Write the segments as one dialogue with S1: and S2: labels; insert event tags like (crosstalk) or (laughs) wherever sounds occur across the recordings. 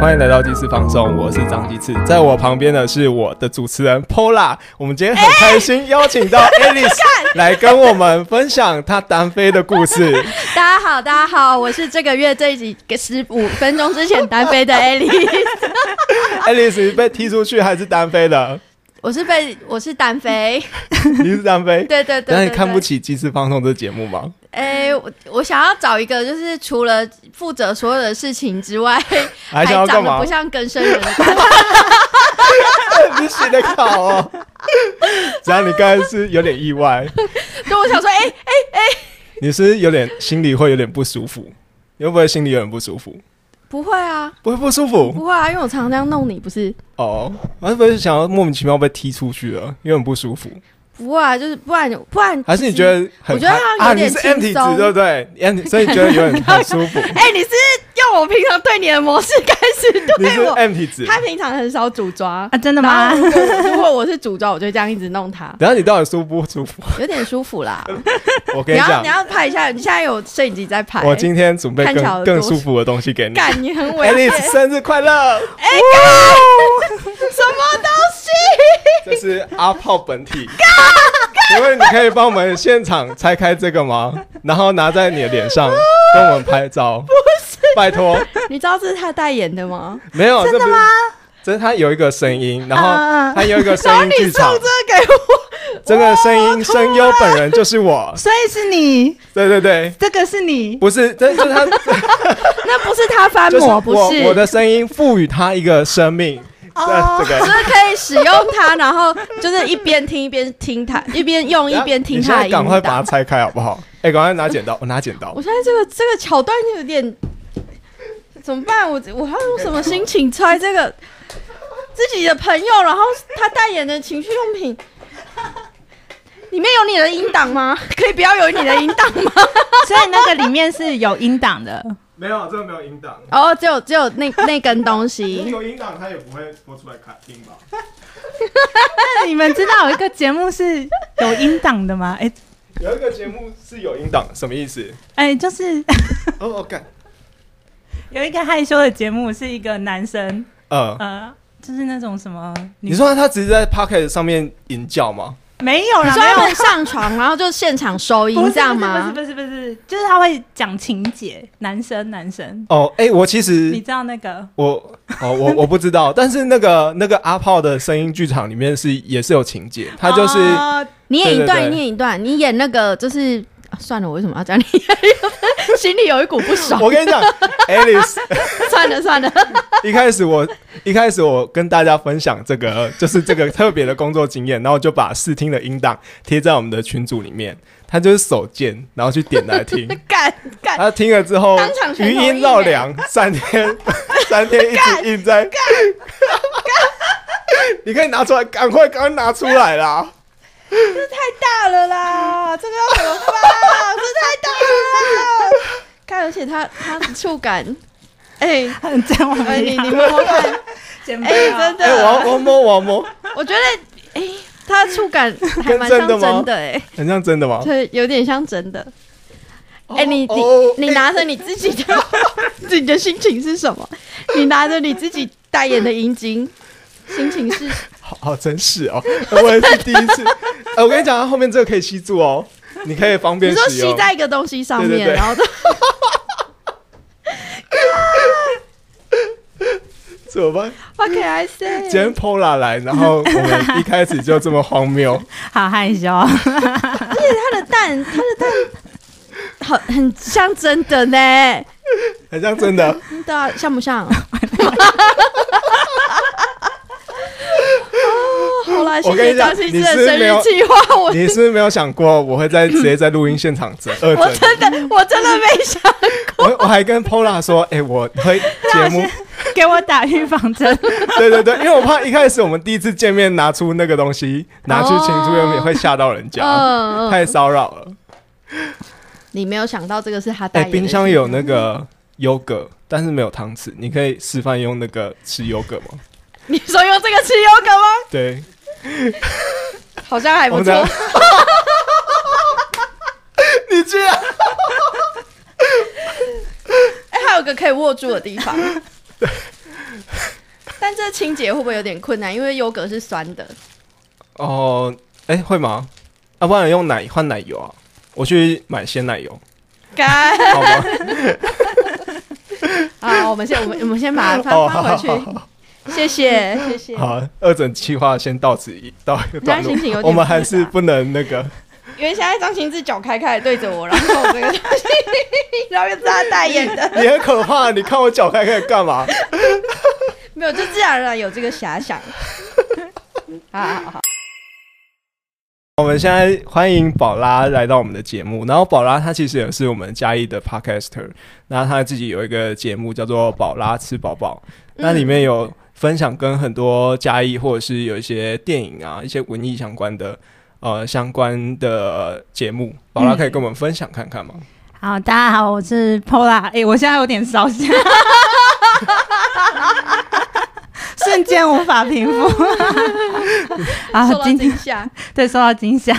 S1: 欢迎来到鸡翅放送，我是张鸡翅，在我旁边的是我的主持人 Pola。我们今天很开心邀请
S2: 哎
S1: 到
S2: (laughs)
S1: Alice 来跟我们分享她单飞的故事。
S2: (laughs) 大家好，大家好，我是这个月这几个十五分钟之前单飞的 Ellie， (laughs)
S1: Alice 被踢出去还是单飞
S2: (laughs)
S1: 的？
S2: 我是被我是单
S1: (laughs)
S2: 飞，
S1: 你是单飞？
S2: 对对对对
S1: 那你看不
S2: 对
S1: 起鸡翅放送这节目吗？
S2: 哎、我我想要找一个就是除了负责所有的事情之外，
S1: (laughs) 还想要干
S2: 长得
S1: 嘛
S2: 不？像更生人的感觉。
S1: (laughs) 你写的好
S2: (laughs)
S1: 哦。然后你刚才是有点意外，
S2: 就我想说，哎、哎
S1: 你是不是有点心里会有点不舒服，你会不会心里有点不舒服？
S2: 不会啊，
S1: 不会不舒服
S2: 不会啊，因为我常常这样弄你，不是？
S1: 哦，我是不是想要莫名其妙被踢出去了，有点不舒服？
S2: 不会啊，就是不然不然，
S1: 还是你觉？得很
S2: 我觉得
S1: 开
S2: 它
S1: 啊，
S2: 有
S1: 你
S2: 点
S1: 是 M 体质
S2: 轻松
S1: 对不对？M 所以你觉得有点很舒
S2: (laughs)
S1: 服，
S2: 哎、你是用我平常对你的模式开始
S1: 你是
S2: 对我？
S1: M 体质。
S2: 他平常很少主抓
S3: 啊，，真的
S2: 然
S3: 吗
S2: 后？如果如果我是主抓，我就这样一直弄他，
S1: 等一下你到底舒服不舒服？
S2: (laughs) 有点舒服啦。
S1: 我 (laughs) 跟你
S2: 你要
S1: 讲
S2: 你，要拍一下，你现在有摄影机在拍。
S1: 我今天准备
S2: 看起来
S1: 更
S2: 有
S1: 更
S2: 多舒
S1: 舒服的东西给你。
S2: 干，你很伟
S1: Alice 生日快乐！
S2: 哎干， (laughs) 什么东西？
S1: 这是阿炮本体。请问你可以帮我们现场拆开这个吗？然后拿在你的脸上跟我们拍照？不是，拜托，
S2: 你知道这是他代言的吗？
S1: (laughs) 没有真的吗？这是它有一个声音，然
S3: 啊
S1: 后它有一个声音剧场，
S2: (laughs) 这给我，
S1: 这个声音声优本人就是我，
S3: 所以是你，
S1: 对对对，
S3: 这个是你，
S1: 不是，这就是他， (laughs)
S2: 那不是他翻
S1: 就是
S2: 模，
S1: 我
S2: 不是，
S1: 我的声音赋予他一个生命，
S3: 哦
S1: (laughs) 对这
S2: 就
S1: 个。
S2: 是可以使用它，然后就是一边听一边听它，一边用一边听
S1: 你
S2: 它
S1: 现
S2: 的
S1: 在
S2: 音
S1: 赶快
S2: 档
S1: 把它拆开好不好？哎，赶快拿剪刀，我拿剪刀
S2: 我。现在这个这个桥段有点怎么办？我我要用什么心情猜这个自己的朋友，然后他代言的情趣用品，里面有你的音档吗？ (laughs) 可以不要有你的音 (laughs) 档吗？
S3: (laughs) 所以那个里面是有音档的。
S1: 没有，啊这个没有音档，
S2: 然后哦只有只有那那根东 (laughs) 西，
S1: 音档他也不会播出来看听吧？
S3: 那你们知道有一个节目是有音档的吗？哎、
S1: 有一个节目是有音档，什么意思？
S3: 哎、就是
S1: (laughs)
S3: (laughs)
S1: 哦，OK，
S3: 有一个害羞的节目，是一个男生，
S1: 嗯，
S3: 呃，就是那种什么女
S1: 你说他只是在 Pocket 上面淫叫吗？
S3: 没有
S2: 你
S3: 啦，
S2: 说
S3: 没
S2: 他
S3: 有。
S2: 们上床，然后就现场收音
S3: 不是
S2: 这样
S3: 不是
S2: 吗？
S3: 不是不是不是，就是他会讲情节，男生男生，
S1: 哦，哎，我其实
S3: 你知道那个？
S1: 我哦，我我不知道，但是那个那个阿炮的声音剧场里面是也是有情节，他就是、
S3: 哦
S2: 你演一段，
S1: 对对对
S2: 你演一段，你演那个就是、啊算了，我为什么要讲你？ (laughs) 心里有一股不
S1: (laughs)
S2: 爽。
S1: 我跟你讲，Alice
S2: (laughs) 算了算了，
S1: 一开始我一开始我跟大家分享这个就是这个特别的工作经验，然后就把试听的音档贴在我们的群组里面，他就是手贱，然后去点来听，
S2: (laughs) 干干。
S1: 他听了之后
S2: 当场全欸
S1: 余
S2: 同意
S1: 音绕梁，三
S2: (laughs)
S1: 天三天一直印在， (laughs) 你可以拿出来，赶快赶快拿出来
S2: (laughs)
S1: 啦！
S2: 大了啦，这个要怎么办？这太大了啦！看，而且它它的触感，哎、
S3: 很这样我
S2: 哎、(laughs)
S3: 们
S2: 你
S3: 要
S2: 你摸摸
S3: (laughs)
S2: 看，
S3: 前
S2: 哎、
S3: 辈啊
S2: 真的，
S1: 哎、我要我要摸我要摸，
S2: 我觉得，哎、它的触感还蛮像
S1: 跟真的吗
S2: 真的、哎，
S1: 很像真的吗？
S2: 对，有点像真的。哎、你你
S1: 哦
S2: 你
S1: 哎
S2: 拿着你自己的， (laughs) 自己的心情是什么？你拿着你自己代言的阴
S1: (laughs)
S2: 茎，心情是
S1: 好好真是哦，我也是第一次。哎、我跟你讲，它后面这个可以吸住哦，你可以方
S2: 你
S1: 便
S2: 说
S1: 使
S2: 吸
S1: 用。
S2: 在一个东西上面，
S1: 对对对
S2: 然后
S1: 怎么办？
S2: What can I say？
S1: 今天 Pola 来，然后我们一开始就这么荒谬， (laughs)
S3: 好害羞。 (laughs)
S2: 而且它的蛋，它的蛋好很像真的呢，
S1: 很像真的。
S2: 真的啊、像不像？哦，哦好啦，谢
S1: 我跟
S2: 谢
S1: 你讲
S2: 张信
S1: 你
S2: 之的
S1: 是
S2: 生
S1: 没有
S2: 日计划，我
S1: 你是不是没有想过我会在直接在录音现场折二
S2: (laughs) 我
S1: 折？
S2: 真的我真的没想，
S1: 我我还跟 Pola 说，哎、我会节目，
S3: 给我打预防针，
S1: 对对对，因为我怕一开始我们第一次见面拿出那个东西，拿去情书用品会吓到人家，
S2: 哦嗯嗯，
S1: 太骚扰了。
S2: 你没有想到这个是他代
S1: 哎、
S2: 言的
S1: 冰箱有那个优格，但是没有汤匙，你可以示范用那个吃优格
S2: (laughs)
S1: 吗？
S2: 你说用这个吃优格吗？
S1: 对，
S2: 好像还
S1: 我
S2: 不
S1: 们的
S2: 错。。
S1: (laughs) 你居然
S2: (laughs) 哎，还有一个可以握住的地方。这清洁会不会有点困难？因为优格是酸的，
S1: 哦，哎、会吗？啊，不然用奶换奶油啊？我去买鲜奶
S2: (laughs)
S1: 油，
S2: 该
S1: 好吗？
S2: 啊，我们先我们我们先把它
S1: 哦
S2: 放放回去，
S1: 好好好
S2: 谢谢谢谢。
S1: 好，二整计划先到此一到一个段
S2: 那心情有
S1: 落，
S2: 点
S1: 我们还
S2: 复杂
S1: 是不能那个。
S2: 因为现在张晴志脚开开的对着我，然后我这个东西，然后又是他代言 (laughs) 的，
S1: (laughs) 你很可怕，你看我脚开开干嘛？
S2: 没有，就自然而然有这个遐想。 (laughs) 好好好，
S1: 我们现在欢迎宝拉来到我们的节目，然后宝拉她其实也是我们嘉义的 podcaster，那她自己有一个节目叫做《宝拉吃饱饱》，那里面有分享跟很多嘉义或者是有一些电影啊、一些文艺相关的呃相关的节目，宝拉可以跟我们分享看看吗？
S3: 好，大家好，我是 Pola。哎、我现在有点烧
S2: (laughs)
S3: 香，瞬间无法平
S2: (laughs)
S3: 复。啊
S2: 受到
S3: 今天
S2: 惊吓，
S3: 对，受到惊吓。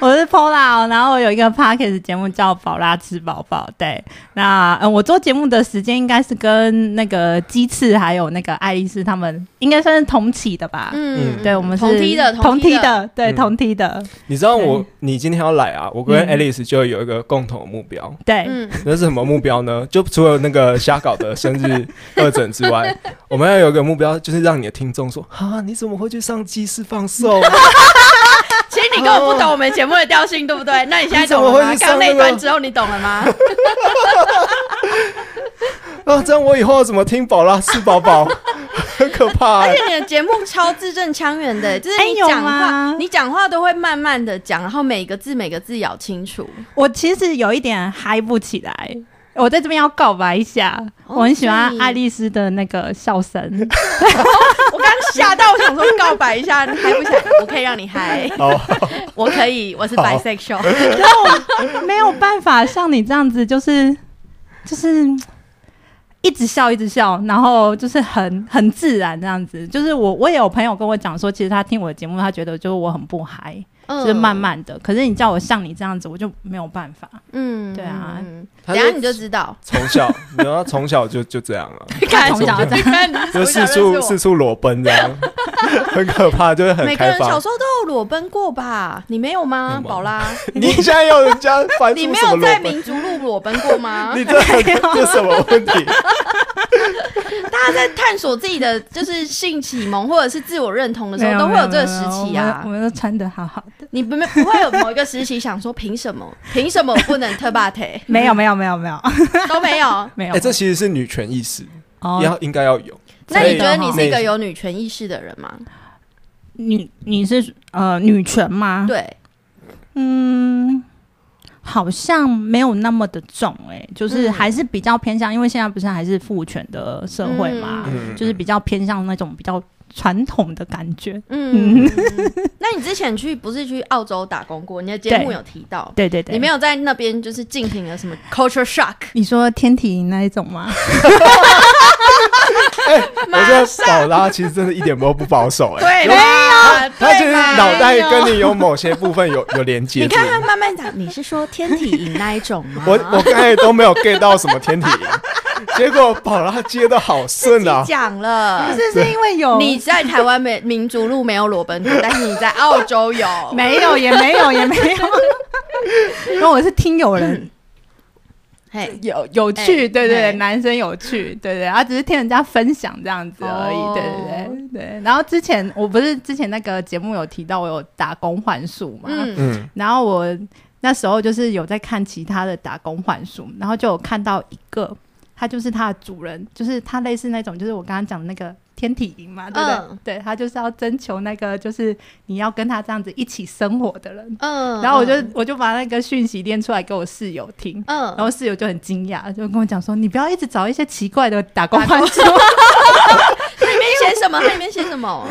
S3: 我是 Pola，、哦、然后我有一个 podcast 节目叫《宝拉吃饱饱》。对，那嗯，我做节目的时间应该是跟那个鸡翅还有那个爱丽丝他们应该算是同期的吧。
S1: 嗯
S3: 对，我们是
S2: 同梯的
S3: 同
S2: 梯
S3: 梯，的，对，
S1: 嗯
S3: 同梯的，
S1: 你知道我
S3: 对
S1: 你今天要来啊，我跟
S3: 嗯
S1: Alice 就有一个共同的目标，
S3: 对，
S2: 嗯，
S1: (laughs) 那是什么目标呢？就除了那个瞎搞的生
S2: (laughs)
S1: 日二整之外，我们要有一个目标，就是让你的听众说：“啊，你怎么会去上鸡翅放送？
S2: (laughs) 其实你根本不懂我们节目的调性，对不对？那你现在
S1: 你怎
S2: 懂
S1: 么
S2: 了
S1: 会
S2: 吗？
S1: 去
S2: 刚
S1: 上
S2: 那
S1: 那
S2: 一
S1: 个
S2: 段之后你懂了吗？
S1: 啊，这样我以后要怎么听宝拉吃饱饱？ (laughs) 很可怕、
S2: (laughs) 而
S1: 欸。
S2: 且你的节目超字正腔圆的，就是
S3: 哎
S2: 你
S3: 有
S2: 讲话
S3: 吗，
S2: 你讲话都会慢慢的讲，然后每个字每个字咬清楚。
S3: 我其实有一点嗨不起来。我在这边要告白一下，
S2: 哦
S3: 我很喜欢
S2: 所以
S3: 爱丽丝的那个笑声。
S2: (laughs)
S3: (laughs)
S2: 我刚吓到，我想说告白一下，你嗨不起来，我可以让你嗨，
S1: 好，
S2: 我可以，我是
S1: 好
S2: bisexual，
S3: 然后我没有办法像你这样子，就是就是一直笑一直笑，然后就是很很自然这样子。就是我我也有朋友跟我讲说，其实他听我的节目，他觉得就是我很不嗨，
S2: 嗯
S3: 就是慢，慢的。可是你叫我像你这样子，我就没有办法。
S2: 嗯
S3: 对啊
S2: 嗯
S1: 他
S2: 等
S1: 就
S2: 一下你就知道，
S1: 从小，然后从小就就这样啊，
S3: 他从小这样，
S2: 看你是
S1: 就
S2: 从小
S1: 四
S2: 认识我
S1: 处四处裸奔这
S2: (laughs)
S1: 样，很可怕，就是很
S2: 每个人
S1: 开
S2: 小
S1: 放。
S2: 时候都有裸奔过吧？你没
S1: 没
S2: 有
S1: 有
S2: 吗，
S1: 吗
S2: 宝拉？
S1: (laughs) 你现在要人家翻
S2: 你
S1: 出
S2: 没
S1: 什么
S2: 有
S1: 裸
S2: 在
S1: 奔？
S2: 民族路裸奔过吗？
S1: (laughs) 你这 (laughs) 很这什么问题？
S2: (laughs) 大家在探索自己的就是性启蒙或者是自我认同的时
S3: 没
S2: 候，
S3: 有
S2: 都会
S3: 没
S2: 有这个时期
S3: 没有我们
S2: 啊
S3: 我。们都穿的好好的。
S2: 你不不会有某一个时期想说，凭什么？凭什么我不能特霸腿？
S3: (laughs) 没有没有没有没有
S2: 都没有。
S3: 没有
S1: 哎、，这其实是女权意识，
S3: 哦
S1: 要应该要有。
S2: 那
S1: 所
S2: 你
S1: 以
S2: 觉得你是一个
S1: 内
S2: 有女权意识的人吗？
S3: 女你是呃女权吗？，
S2: 对，
S3: 嗯，好像没有那么的重哎、就是
S2: 嗯
S3: 还是比较偏向，因为现在不是还是父权的社会嘛，
S1: 嗯
S3: 就是比较偏向那种比较传统的感觉。
S2: 嗯。 (laughs) 那你之前去不是去澳洲打工过？你的节目
S3: 对
S2: 有提到，
S3: 对对对，
S2: 你没有在那边就是进行了什么 culture shock？
S3: 你说天体营那一种吗？
S1: 我觉得宝拉其实真的一点都不保守、哎，
S2: (laughs) 对，没
S3: 啊
S2: 啊有， (laughs)
S1: 他就是脑袋跟你有某些部分有有连接
S2: 你
S1: 住。
S2: 看他慢慢讲，你是说天体营那一种吗？
S1: 我我刚才都没有 get 到什么天体营，结果宝拉接的好顺啊
S2: (laughs) 你！讲了
S3: (laughs) 不。是，是因为有
S2: 你在台湾没民族路没有裸奔裤，但是你在澳洲有。
S3: 没有也没有也
S2: (laughs)
S3: 没有，因为我是听有人
S2: 嘿，
S3: 有有
S2: 哎
S3: 趣，对对对，
S2: 哎
S3: 男生
S2: (laughs)
S3: 有趣，对对，他只是听人家分享这样子而已，
S2: 哦
S3: 对对对对。然后之前我不是之前那个节目有提到我有打工换宿嘛，
S2: 嗯，
S1: 嗯，
S3: 然后我那时候就是有在看其他的打工换宿，然后就有看到一个，他就是他的主人，就是他类似那种，就是我刚刚讲的那个。天体营啊嘛，对不对？
S2: 嗯
S3: 对他就是要征求那个，就是你要跟他这样子一起生活的人。
S2: 嗯
S3: 然后我就我就把那个讯息念出来给我室友听，然
S2: 嗯，
S3: 后室友就很惊讶，就跟我讲说：“你不要一直找一些奇怪的打工换
S1: (laughs)
S3: 宿，
S2: 它里面写什么？它里面写什
S3: (laughs)
S2: 么？哦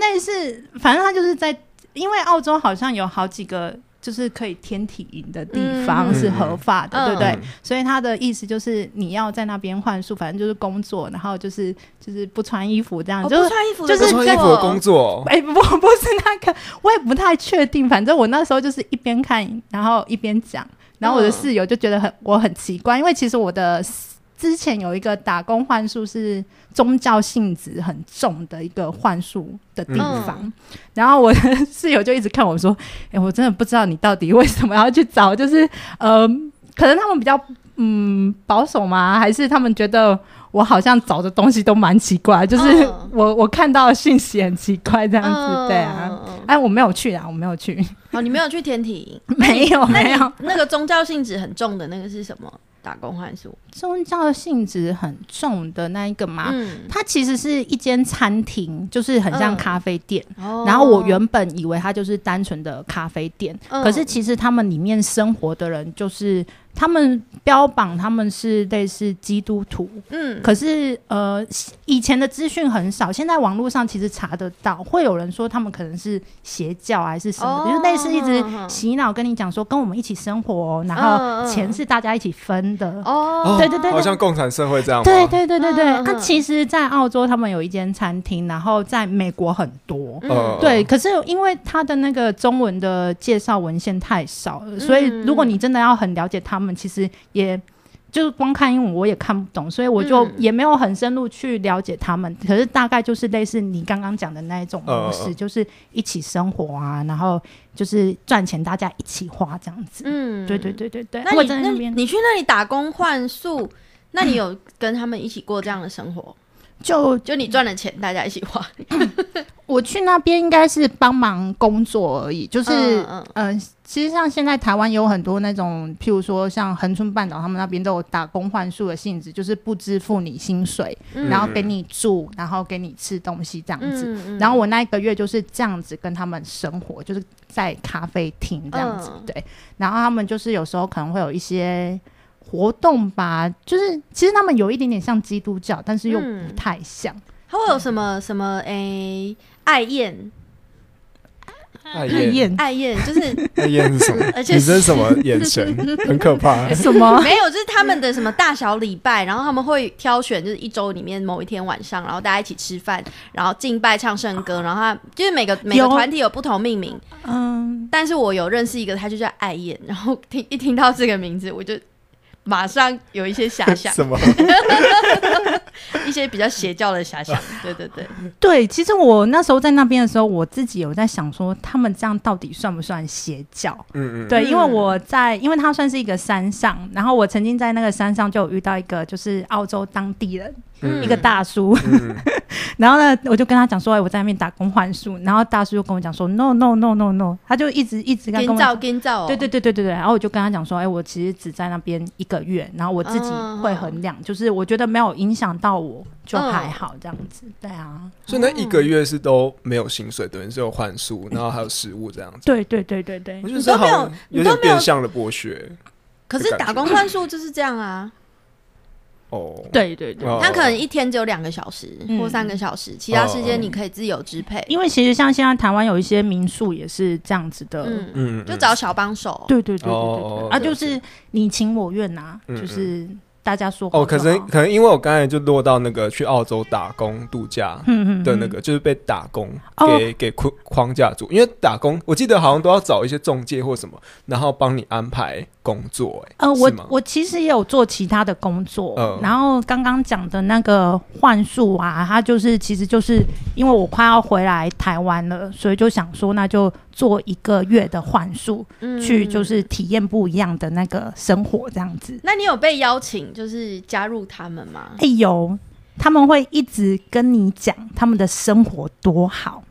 S3: 类似，反正他就是在，因为澳洲好像有好几个就是可以天体营的地方
S1: 嗯
S3: 是合法的，
S2: 嗯
S3: 对不对？
S1: 嗯
S3: 所以他的意思就是你要在那边换宿，反正就是工作，然后就是就是不穿衣服这样，
S1: 哦
S2: 我
S3: 就是
S2: 不穿衣服
S3: 就
S2: 的
S3: 是
S1: 不
S2: 工作，
S1: 穿衣服的工作，
S3: 哎、不 (laughs) 不是那个，我也不太确定。反正我那时候就是一边看，然后一边讲，然后我的
S2: 嗯
S3: 室友就觉得很我很奇怪，因为其实我的 s- 之前有一个打工幻术是宗教性质很重的一个幻术的地方，
S2: 嗯
S3: 然后我的室友就一直看我说：“哎、我真的不知道你到底为什么要去找，就是呃，可能他们比较嗯保守嘛，还是他们觉得我好像找的东西都蛮奇怪，就是
S2: 嗯
S3: (laughs) 我、我看到的讯息很奇怪这样子，对啊。
S2: 嗯
S3: 哎，我没有去啊，我没有去， (laughs)
S2: 哦，你没有去天体营，
S3: 没有
S2: 那
S3: 没
S2: 你
S3: 有。
S2: 那个宗教性质很重的那个是什么？打工换宿？
S3: 宗教性质很重的那一个嘛，
S2: 嗯，
S3: 它其实是一间餐厅，就是很像
S2: 嗯
S3: 咖啡店。
S2: 哦
S3: 然后我原本以为它就是单纯的咖啡店，
S2: 嗯
S3: 可是其实他们里面生活的人，就是他们标榜他们是类似基督徒，
S2: 嗯
S3: 可是呃以前的资讯很少，现在网络上其实查得到，会有人说他们可能是邪教还是什么
S2: 哦
S3: 的，就是类似一直
S2: 嗯嗯嗯
S3: 洗脑跟你讲说跟我们一起生活哦、然
S2: 嗯嗯
S3: 后
S2: 嗯
S3: 钱是大家一起分的。
S2: 哦，
S3: 对对对
S1: 好像共产社会这样吗？
S3: 对对对对对，
S2: 嗯嗯
S3: 那、
S2: 嗯
S3: 其实，在澳洲他们有一间餐厅，然后在美国很多。
S1: 呃，
S3: 对，可是因为他的那个中文的介绍文献太少了，所以如果你真的要很了解他们，其实也就是光看英文我也看不懂，所以我就
S2: 嗯
S3: 也没有很深入去了解他们。可是大概就是类似你刚刚讲的那一种模
S1: 嗯嗯
S3: 式，
S1: 嗯
S3: 就是一起生活啊，然后就是赚钱大家一起花这样子。
S2: 嗯
S3: 对对。对对对，
S2: 那
S3: 我
S2: 你
S3: 在
S2: 那
S3: 那
S2: 你
S3: 边
S2: 你去那里打工换宿，那你有跟他们一起过这样的生活？
S3: 就
S2: 就你赚了钱，大家一起花。
S3: 我去那边应该是帮忙工作而已，就是
S2: 嗯嗯
S3: 嗯、呃其实像现在台湾有很多那种，譬如说像恒春半岛，他们那边都有打工换宿的性质，就是不支付你薪水，
S2: 嗯
S3: 然后给你住，然后给你吃东西这样子。
S2: 嗯
S3: 然后我那一个月就是这样子跟他们生活，就是在咖啡厅这样子，
S2: 嗯
S3: 对。然后他们就是有时候可能会有一些活动吧，就是其实他们有一点点像基督教，但是又
S2: 嗯
S3: 不太像。
S2: 还会有什么什么诶、爱宴，
S1: 爱
S3: 太
S1: 燕，
S3: 厌
S2: 爱宴就是
S1: 爱燕是什么？
S2: 而
S1: 你
S2: 且
S1: 这是什么眼神？很可怕。
S3: (laughs) 什
S2: (laughs)
S3: 么？
S2: 没有，就是他们的什么大小礼拜，然后他们会挑选就是一周里面某一天晚上，然后大家一起吃饭，然后敬拜唱圣歌，然后他就是每个每个
S3: 有
S2: 团体有不同命名，
S3: 嗯，
S2: 但是我有认识一个，他就叫爱燕，然后听一听到这个名字，我就马上有一些遐
S3: (laughs)
S2: 想，
S1: 什么？
S2: 一些比较邪教的遐想。对对对，
S3: 对，其实我那时候在那边的时候，我自己有在想说，他们这样到底算不算邪教？
S1: 嗯嗯，
S3: 对，因为
S2: 嗯
S3: 我在，因为它算是一个山上，然后我曾经在那个山上就有遇到一个就是澳洲当地人，
S1: 嗯
S3: 一个大叔，
S1: 嗯，
S3: (laughs) 然后呢，我就跟他讲说，哎，我在那边打工换宿，然后大叔就跟我讲说，no no no no no，他就一直一直在跟
S2: 跟
S3: 我
S2: 照
S3: 讲。
S2: 跟照哦，
S3: 对对对对对对，然后我就跟他讲说，哎、我其实只在那边一个月，然后我自己会
S2: 嗯
S3: 衡量，就是我觉得没有影响到我，就还
S2: 嗯
S3: 好这样子。对啊，
S1: 所以那一个月是都没有薪水，等于是有换宿，然后还有食物这样子。
S3: 对对对对对
S1: 我，觉得这好像有
S2: 你都没有
S1: 点变相的剥削
S2: 可是打工换宿就是这样
S3: (laughs)
S2: 啊，
S1: 哦。
S3: 对对对。
S1: 哦，
S2: 他可能一天只有两个小时
S3: 嗯哦
S2: 或三个小时，其他时间你可以自由支配，
S3: 因为其实像现在台湾有一些民宿也是这样子的，
S2: 嗯，
S1: 嗯，嗯
S2: 就找小帮手。
S3: 对对对对对对，
S1: 哦了
S3: 啊，
S1: 解
S3: 就是你情我愿啊，
S1: 嗯嗯
S3: 就是大家说好
S1: 哦，可
S3: 就好
S1: 能可能因为我刚才就落到那个去澳洲打工度假
S3: 嗯嗯
S1: 的那
S3: 嗯
S1: 个，就是被打工
S3: 哦
S1: 给给框框架住，因为打工我记得好像都要找一些中介或什么，然后帮你安排工作，哎，
S3: 呃，
S1: 是
S3: 我
S1: 吗
S3: 我其实也有做其他的工作，
S1: 嗯
S3: 然后刚刚讲的那个幻术啊，它就是其实就是因为我快要回来台湾了，所以就想说那就做一个月的幻术，
S2: 嗯
S3: 去就是体验不一样的那个生活这样子。
S2: 那你有被邀请就是加入他们吗？
S3: 哎呦，他们会一直跟你讲他们的生活多好，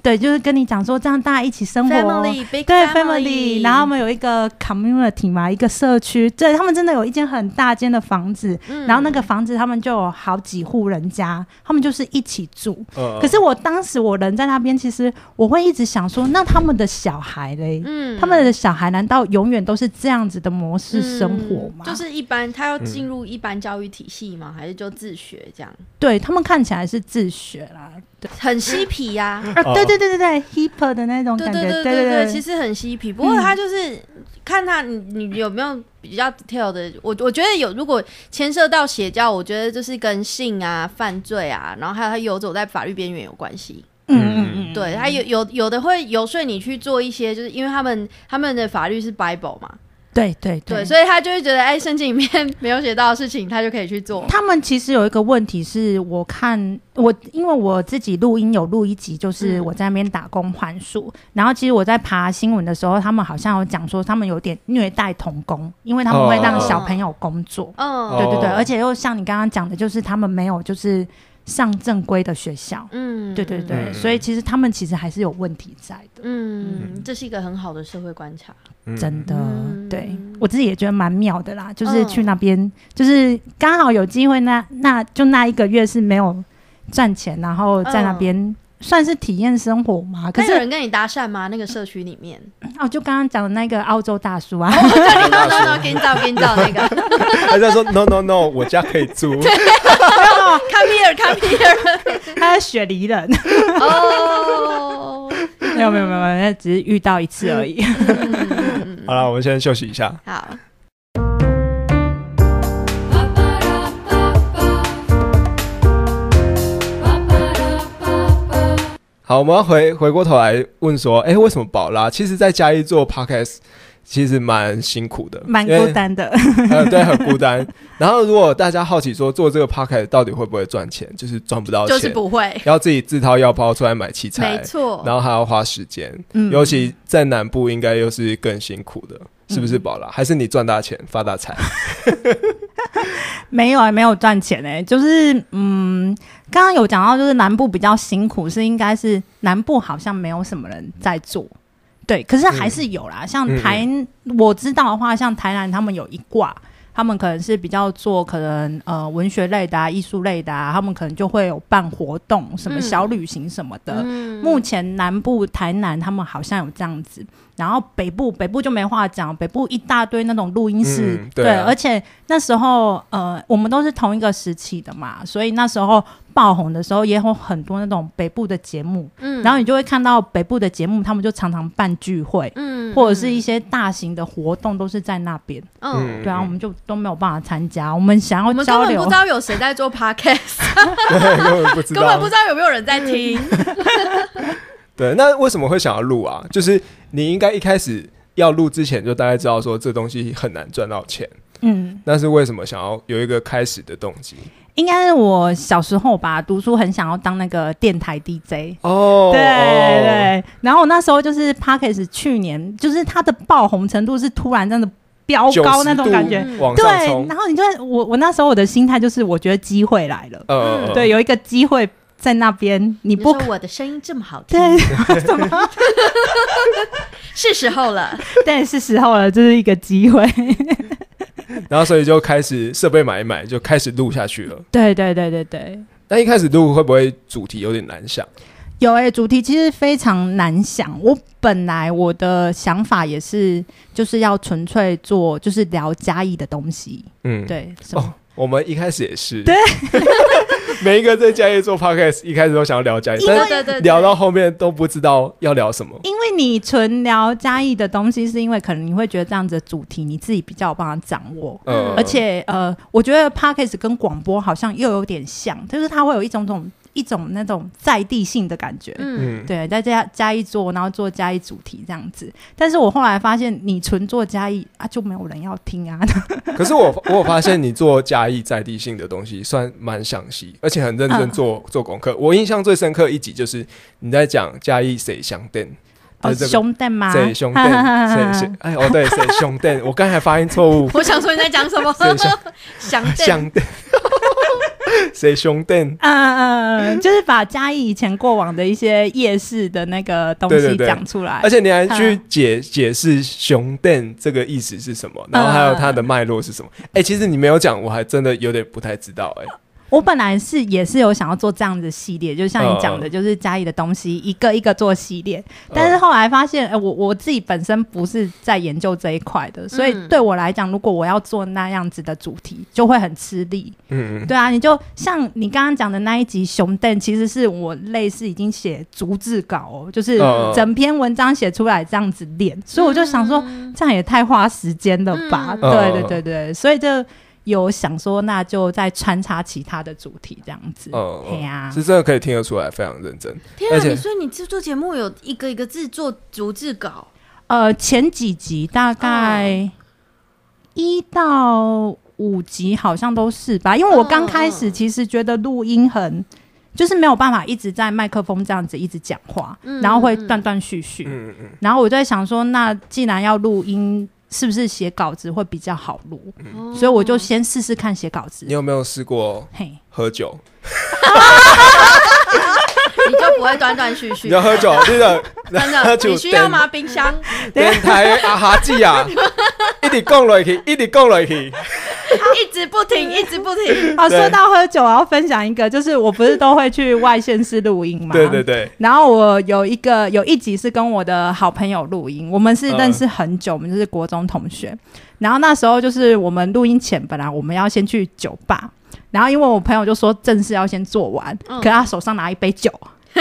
S3: 对，就是跟你讲说这样大家一起生活。
S2: Family big
S3: 对
S2: family，
S3: 然后他们有一个 community 嘛，一个社区，对他们真的有一间很大间的房子，
S2: 嗯
S3: 然后那个房子他们就有好几户人家，他们就是一起住。
S1: 呃
S2: 哦
S3: 可是我当时我人在那边，其实我会一直想说，那他们的小孩嘞，
S2: 嗯
S3: 他们的小孩难道永远都是这样子的模式生活吗？
S2: 嗯就是一般他要进入一般教育体系吗？还是就自学这样？
S3: 对他们看起来是自学啦，
S2: 很嬉皮呀、
S3: 啊，
S1: 哦
S3: 对对对对对，hipper 的那种
S2: 对
S3: 感觉，
S2: 对
S3: 对
S2: 对，
S3: 对，
S2: 其实很嬉皮。不过他就是、看他你你有没有比较 detail 的，我我觉得有，如果牵涉到邪教，我觉得就是跟性啊、犯罪啊，然后还有他游走在法律边缘有关系。
S3: 嗯嗯嗯，
S2: 对他有有有的会游说你去做一些，就是因为他们他们的法律是 Bible 嘛，
S3: 对对
S2: 对，所以他就会觉得，哎，申请里面没有写到的事情，他就可以去做。
S3: 他们其实有一个问题是，我看我因为我自己录音有录一集，就是
S2: 嗯
S3: 我在那边打工换宿，然后其实我在爬新闻的时候，他们好像有讲说他们有点虐待童工，因为他们会让小朋友工作，
S2: 嗯，
S1: 哦
S3: 对对对，而且又像你刚刚讲的，就是他们没有就是上正规的学校，
S2: 嗯，
S3: 对对对，
S1: 嗯
S3: 所以其实他们其实还是有问题在的，
S2: 嗯，这是一个很好的社会观察。
S1: 嗯
S3: 真的，
S2: 嗯
S3: 对我自己也觉得蛮妙的啦，就是
S2: 嗯
S3: 去那边，就是刚好有机会那，那就那一个月是没有赚钱，然后在那边、算是体验生活嘛。可
S2: 嗯那有
S3: 是
S2: 人跟你搭讪吗？那个社区里面，
S3: 哦，就刚刚讲的那个澳洲大
S2: (laughs)
S3: 叔啊，
S2: no no no，给你找给你找那个
S1: 他在说 no no no，我家可以租，
S2: (laughs)
S3: (laughs)
S2: ，come here come here， (laughs)
S3: 他是雪梨人，
S2: 哦，
S3: 没有没有没有，那只是遇到一次而已。
S2: 嗯
S1: 好了，我们先休息一下。
S2: 好，
S1: 好，我们要回回过头来问说，哎、为什么宝拉？其实，在嘉义做 podcast 其实蛮辛苦的，
S3: (laughs) 蛮
S1: 因为
S3: 孤，单的，
S1: 呃，对，很孤单。然后，如果大家好奇说做这个 podcast 到底会不会赚钱，就是赚不到
S2: 就
S1: 钱，
S2: 是不会，
S1: 要自己自掏腰包出来买器
S2: 没
S1: 材，
S2: 错，
S1: 然后还要花时间，
S3: 嗯
S1: 尤其在南部应该又是更辛苦的，是不是
S2: 嗯
S1: 宝拉？还是你赚大钱发大财？
S3: 没有啊，没有赚钱哎、就是嗯，刚刚有讲到，就是南部比较辛苦，是应该是南部好像没有什么人在做，对，可是还是有啦，像台、我知道的话，像台南他们有一挂。他们可能是比较做可能呃文学类的啊、艺术类的啊，他们可能就会有办活动，什么
S2: 嗯
S3: 小旅行什么的。
S2: 嗯
S3: 目前南部台南他们好像有这样子，然后北部北部就没话讲，北部一大堆那种录音室，
S1: 嗯对啊
S3: 而且那时候呃，我们都是同一个时期的嘛，所以那时候爆红的时候也有很多那种北部的节目，
S2: 嗯
S3: 然后你就会看到北部的节目，他们就常常办聚会。
S2: 嗯
S3: 或者是一些大型的活动都是在那边，
S2: 嗯，
S3: 对啊，我们就都没有办法参加。我们想要
S2: 我们根
S3: 交
S2: 本不
S3: 流
S2: 知，道有谁在做 podcast，
S1: 对 (laughs) 根本不知
S2: (laughs) 根本不
S1: 道
S2: 知。道有没有人在听。
S1: 对，那为什么会想要录啊？就是你应该一开始要录之前就大概知道说这东西很难赚到钱，
S3: 嗯，
S1: 那是为什么想要有一个开始的动机？
S3: 应该是我小时候吧，读书很想要当那个电台 DJ。
S1: 哦，
S3: 对对，然后我那时候就是 Parkes 去年，就是它的爆红程度是突然这样的飙
S1: 90
S3: 高那种感觉，
S1: 度往
S3: 对
S1: 上。冲
S3: 然。后你就会我我那时候我的心态就是，我觉得机会来了，
S1: 呃，
S3: 嗯对，有一个机会在那边，你不
S2: 说我的声音这么好听，
S3: 对什么
S2: 是时候了。
S3: (laughs) 对是时候了，这、是一个机会，
S1: 然后所以就开始设备买一买，就开始录下去了。
S3: (laughs) 对对对对对。
S1: 但一开始录会不会主题有点难想？
S3: 有诶、主题其实非常难想。我本来我的想法也是，就是要纯粹做，就是聊嘉义的东西。
S1: 嗯，
S3: 对，什么
S1: 哦，我们一开始也是，对， (laughs) 每一个在家业做 podcast，一开始都想要聊家业，
S2: 对
S1: 但
S2: 对对，
S1: 是聊到后面都不知道要聊什么。
S3: 因为你纯聊嘉义的东西，是因为可能你会觉得这样子的主题你自己比较有办法掌握。
S1: 呃，
S3: 而且呃，我觉得 p a c k a g e 跟广播好像又有点像，就是它会有一种种一种那种在地性的感觉。
S2: 嗯，
S1: 嗯，
S3: 对，在嘉嘉义做，然后做嘉义主题这样子。但是我后来发现，你纯做嘉义啊，就没有人要
S1: (laughs)
S3: 听啊。
S1: 可是我我有发现你做嘉义在地性的东西算蛮详细，而且很认
S3: 嗯
S1: 真做、做功课。我印象最深刻一集就是你在讲嘉义谁相电，就
S3: 哦，
S1: 是这个
S3: 胸蛋吗？
S1: 谁兄
S3: (laughs)
S1: 弟，谁谁，哎，哦对，谁兄弟，我刚才发音错误
S2: (laughs) 我想说你在讲什么？
S1: 谁兄
S2: 想
S1: (laughs)
S2: 想
S1: 相电，谁兄弟，
S3: 嗯嗯嗯，就是把嘉义以前过往的一些夜市的那个东
S1: 对
S3: 西
S1: 对对
S3: 讲出来
S1: 而。且你还去解解释熊电这个意思是什么，然后还有它的脉络是什么。哎、其实你没有讲，我还真的有点不太知道、哎，
S3: 我本来是也是有想要做这样子系列，就像你讲的，
S1: 嗯
S3: 就是嘉义的东西一个一个做系列。但是后来发现，哎、我我自己本身不是在研究这一块的，所以
S2: 嗯
S3: 对我来讲，如果我要做那样子的主题，就会很吃力。
S1: 嗯，
S3: 对啊，你就像你刚刚讲的那一集《熊蛋》，其实是我类似已经写逐字稿哦，就是
S1: 嗯
S3: 整篇文章写出来这样子练，所以我就想说，
S2: 嗯
S3: 这样也太花时间了吧？
S1: 嗯
S3: 对对对对，所以就有想说，那就再穿插其他的主题这样子。
S1: 哦、
S3: 嘿呀
S1: 是真的可以听得出来，非常认真。
S2: 天啊！
S1: 而且
S2: 你说你制作节目 (laughs) 有一个一个制作逐字稿，
S3: 呃，前几集大概一到五集好像都是吧，因为我刚开
S2: 嗯
S3: 始
S2: 嗯
S3: 其实觉得录音很。就是没有办法一直在麦克风这样子一直讲话，
S2: 嗯
S3: 然后会
S2: 嗯
S3: 断断续续。
S1: 嗯嗯
S3: 然后我就在想说，那既然要录音，是不是写稿子会比较好录？
S2: 哦
S3: 所以我就先试试看写稿子
S1: 嗯你。有没有试过
S3: 嘿，
S1: 喝酒？
S2: 你就不会断断续续
S1: 你，要喝酒，真的，
S2: 真
S1: 喝
S2: 的，
S1: 酒
S2: 你需要吗？冰箱， (laughs)
S1: 电台阿哈记啊，一直讲落去，一直讲落去。
S2: 一直不停，一直
S1: (laughs)
S2: 不停。
S3: (laughs) 哦，
S1: 对
S3: 说到喝酒，我要分享一个，就是我不是都会去外县市录音嘛？
S1: 对对。对，
S3: 然后我有一个有一集是跟我的好朋友录音，我们是认识很久，我们就是国中同学。然后那时候就是我们录音前，本来我们要先去酒吧，然后因为我朋友就说正事要先做完，
S2: 嗯
S3: 可他手上拿一杯酒， (laughs)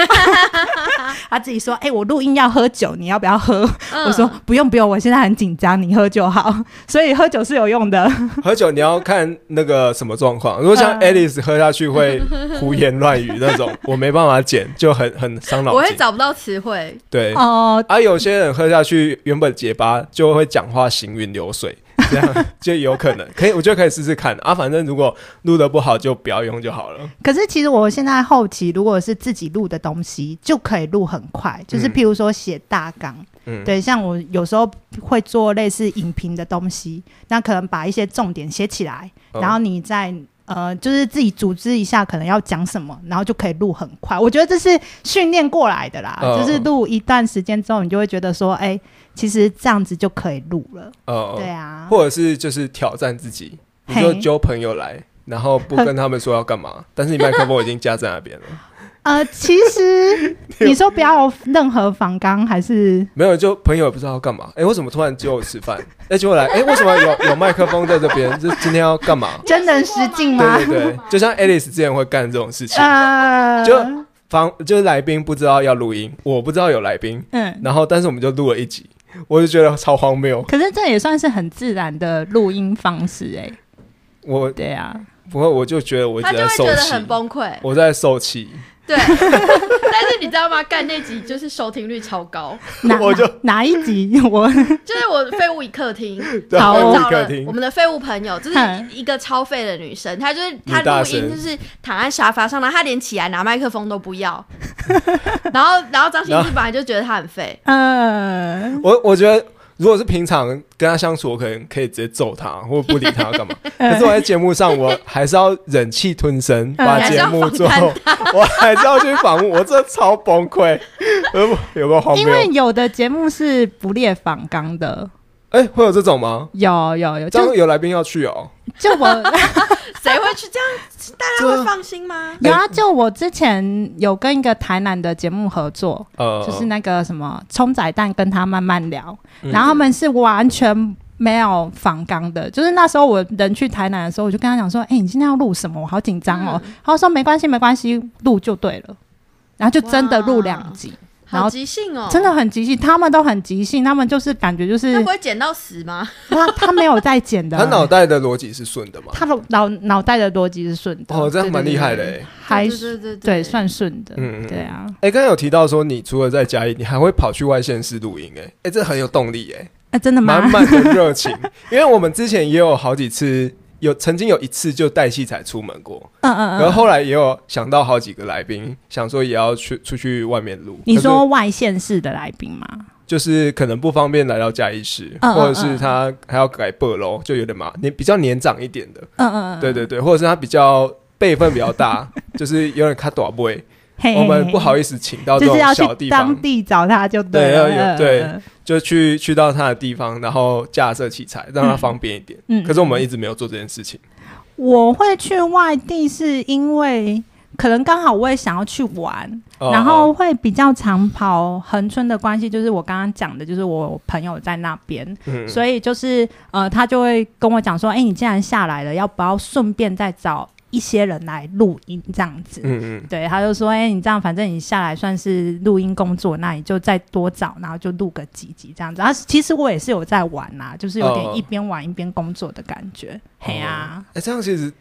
S3: 他自己说：“哎、我录音要喝酒，你要不要喝？”
S2: 嗯
S3: 我说：“不用不用，我现在很紧张，你喝就好。”所以喝酒是有用的。 (laughs)
S1: 喝酒你要看那个什么状况。如果像
S3: 嗯
S1: Alice 喝下去会胡言乱语那种，我没办法剪，就很很伤脑
S2: 我会
S1: 筋。
S2: 找不到词汇，
S1: 对，
S3: 哦、
S1: 啊，有些人喝下去原本结巴，就会讲话行云流
S3: (laughs)
S1: 水，这样就有可能。可以，我觉得可以试试看啊。反正如果录的不好，就不要用就好了。
S3: 可是其实我现在后期如果是自己录的东西，就可以录很快，就是
S1: 嗯
S3: 譬如说写大纲，
S1: 嗯
S3: 对，像我有时候会做类似影评的东西，那可能把一些重点写起来，
S1: 嗯
S3: 然后你再。呃，就是自己组织一下，可能要讲什么，然后就可以录很快。我觉得这是训练过来的啦，
S1: 嗯
S3: 就是录一段时间之后，你就会觉得说，哎、其实这样子就可以录了。
S1: 呃，
S3: 对啊，
S1: 或者是就是挑战自己，你
S3: 嘿
S1: 就
S3: (laughs)
S1: 揪朋友来，然后不跟他们说要干嘛，但是你麦克风已经架在那边了，
S3: 呃，其
S1: (laughs)
S3: 实你说不要有任何仿纲，还是
S1: 没有就朋友也不知道要干嘛。哎，为什么突然揪我吃饭？哎，揪我来，哎，为什么有有麦克风在这边？就今天要干嘛？
S3: 真人实境吗？
S1: 对对对，就像 Alice 之前会干这种 (laughs) 事情，
S2: 嗯
S3: 呃，
S1: 就房就是来宾不知道要录音，我不知道有来宾，
S3: 嗯，
S1: 然后但是我们就录了一集，我就觉得超荒谬。
S3: 可是这也算是很自然的录音方式哎、
S1: 我
S3: 对啊，
S1: 不过我就觉得我一
S2: 他
S1: 直
S2: 就
S1: 在
S2: 会
S1: 受
S2: 觉得很
S1: 气，
S2: 崩溃。
S1: 我在受气， (laughs)
S2: 对，但是你知道吗？干那集就是收听率超高，
S1: (laughs)
S3: 哪
S1: 我就
S3: 哪一集 (laughs) 我
S2: 就是我废物一客
S1: (laughs)
S2: 厅，
S1: 对
S3: 好
S2: 我
S1: 我
S2: 找
S1: 哦客
S2: 了
S1: 厅
S2: 我。们的废物朋友，就是
S3: 哼
S2: 一个超废的女生，她就是她
S1: 女大
S2: 录音
S1: 神
S2: 就是躺在沙发上，然后她连起来拿麦克风都不
S1: (laughs)
S2: 要，然后然后张新
S1: 然
S2: 志本来就觉得她很废，
S3: 呃
S1: 我我觉得如果是平常跟他相处，我可能可以直接揍他或不理他干
S3: (laughs)
S1: 嘛。可是我在节目上，我还是要忍气吞声，
S3: 嗯
S1: 把节目做好， (laughs) 我还是要去访问，我真的超崩溃，呃，有个荒
S3: 因
S1: 谬。
S3: 为有的节目是不列仿纲的，
S1: 哎、会有这种吗？
S3: 有有有，
S1: 这
S3: 就
S1: 样有来宾要去哦。
S3: 就
S1: (laughs)
S3: 我
S2: 谁会去这样？大家会放心吗？
S3: 有啊，就我之前有跟一个台南的节目合作，
S1: 呃，
S3: 就是那个什么冲仔蛋跟他慢慢聊，
S1: 嗯
S3: 嗯然后他们是完全没有仿纲的，就是那时候我人去台南的时候，我就跟他讲说，哎、你今天要录什么？我好紧张哦。他说没关系，没关系，录就对了。然后就真的录两集， (laughs) 然
S2: 好
S3: 后
S2: 即兴哦，
S3: 真的很即兴，他们都很即兴，他们就是感觉就是
S2: 那不会剪到死吗？
S3: 他 (laughs) 他没有在剪的，啊
S1: 他脑袋的逻辑是顺的嘛？
S3: 他的脑脑袋的逻辑是顺的，
S1: 哦，这样
S3: 对
S1: 蛮厉害的、，
S3: 对对
S1: 欸。
S3: 还
S2: 对对对
S3: 对算顺的，
S1: 嗯嗯嗯
S3: 对啊。
S1: 哎、刚刚有提到说，你除了在嘉义，你还会跑去外县市露营、欸，哎，哎，这很有动力、欸，哎。
S3: 哎、真的吗？
S1: 满满的热情。 (laughs) 因为我们之前也有好几次，有曾经有一次就带器材出门过，
S3: 嗯嗯
S1: 然后
S3: 嗯。
S1: 后来也有想到好几个来宾，想说也要去出去外面录。
S3: 你
S1: 可
S3: 说
S1: 是
S3: 外县市的来宾吗？
S1: 就是可能不方便来到嘉义市，
S3: 嗯嗯
S1: 或者是他还要改背喽，就有点麻，年比较年长一点的，
S3: 嗯嗯嗯，
S1: 对对对，或者是他比较辈分比较
S3: (laughs)
S1: 大，就是有点卡短位，
S3: 嘿
S1: 我们不好意思请到这
S3: 就是
S1: 种
S3: 要
S1: 小地
S3: 去
S1: 方
S3: 当，地找他就了。嗯
S1: 对要有对就去去到他的地方，然后架设器材，让他方便一点。
S3: 嗯
S1: 可是我们一直没有做这件事情。
S3: 我会去外地是因为可能刚好我也想要去玩，
S1: 哦
S3: 然后会比较常跑恒春的关系，就是我刚刚讲的，就是我朋友在那边，
S1: 嗯
S3: 所以就是呃，他就会跟我讲说，哎、你既然下来了，要不要顺便再找一些人来录音这样子？
S1: 嗯
S3: 对，他就说：“哎、你这样，反正你下来算是录音工作，那你就再多找，然后就录个几集这样子。”啊，其实我也是有在玩啦、就是有
S1: 哦
S3: 点一边玩一边工作的感觉。嘿
S1: 哦
S3: 啊，
S1: 哎、这样其实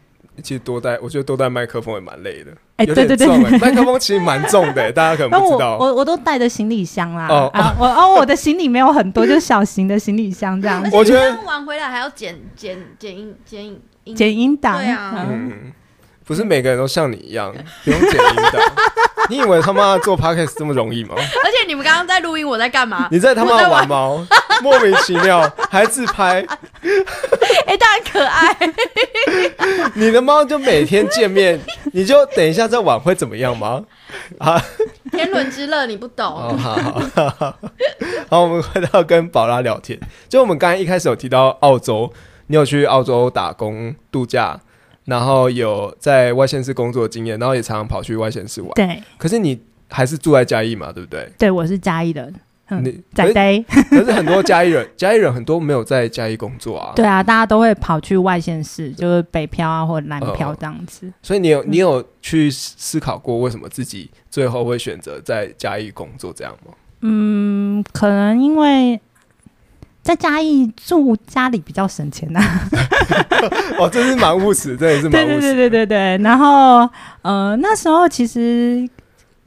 S1: 其实多带，我觉得多带麦克风也蛮累的，
S3: 哎、
S1: 有点
S3: 对对对
S1: 重
S3: 对
S1: 欸，麦克风其实蛮重的欸，大家可能
S3: 那
S1: 不
S3: 我
S1: 知道。
S3: 我我都带着行李箱啦，
S1: 哦
S3: 啊，我哦我的行李没有很多，就是小型的行李箱这样
S2: 而
S1: 我
S2: 且
S1: 觉得
S2: 你玩回来还要剪剪剪音剪影音
S3: 剪音档，
S2: 对啊
S3: 嗯
S1: 嗯，不是每个人都像你一样，不用剪音档。你以为他妈做 podcast 这么容易吗？
S2: 而且你们刚刚在录音，我在干
S3: (laughs)
S2: 嘛？
S1: 你在他
S2: 我
S1: 妈
S2: 在
S1: 玩
S2: 玩
S1: 猫，莫名其妙还自拍，
S2: 哎、它很可爱，
S1: 你的猫就每天见面，你就等一下这晚会怎么样吗？啊，
S2: 天伦之乐你不懂。
S1: 哦，好好好好， (laughs) 好，我们回到跟宝拉聊天。就我们刚才一开始有提到澳洲，你有去澳洲打工度假，然后有在外县市工作的经验，然后也常常跑去外县市玩。
S3: 对
S1: 可是你还是住在嘉义嘛，对不对？ (laughs)
S3: 对，我是嘉义人，嗯，
S1: 你哦可
S3: 仔
S1: 是
S3: 仔，
S1: 可是很多嘉义人，嘉义人很多没有在嘉义工作啊。
S3: 对啊，大家都会跑去外县市，就是北漂啊或南
S1: 哦
S3: 漂这样子。
S1: 所以你有你有去思思考过为什么自己最后会选择在嘉义工作这样吗？
S3: 嗯，可能因为在嘉义住家里比较省钱呐、
S1: 哦，真是蛮务实，真的是蛮
S3: 对
S1: 务
S3: (laughs) 对
S1: 实。
S3: 对对对对。然后呃，那时候其实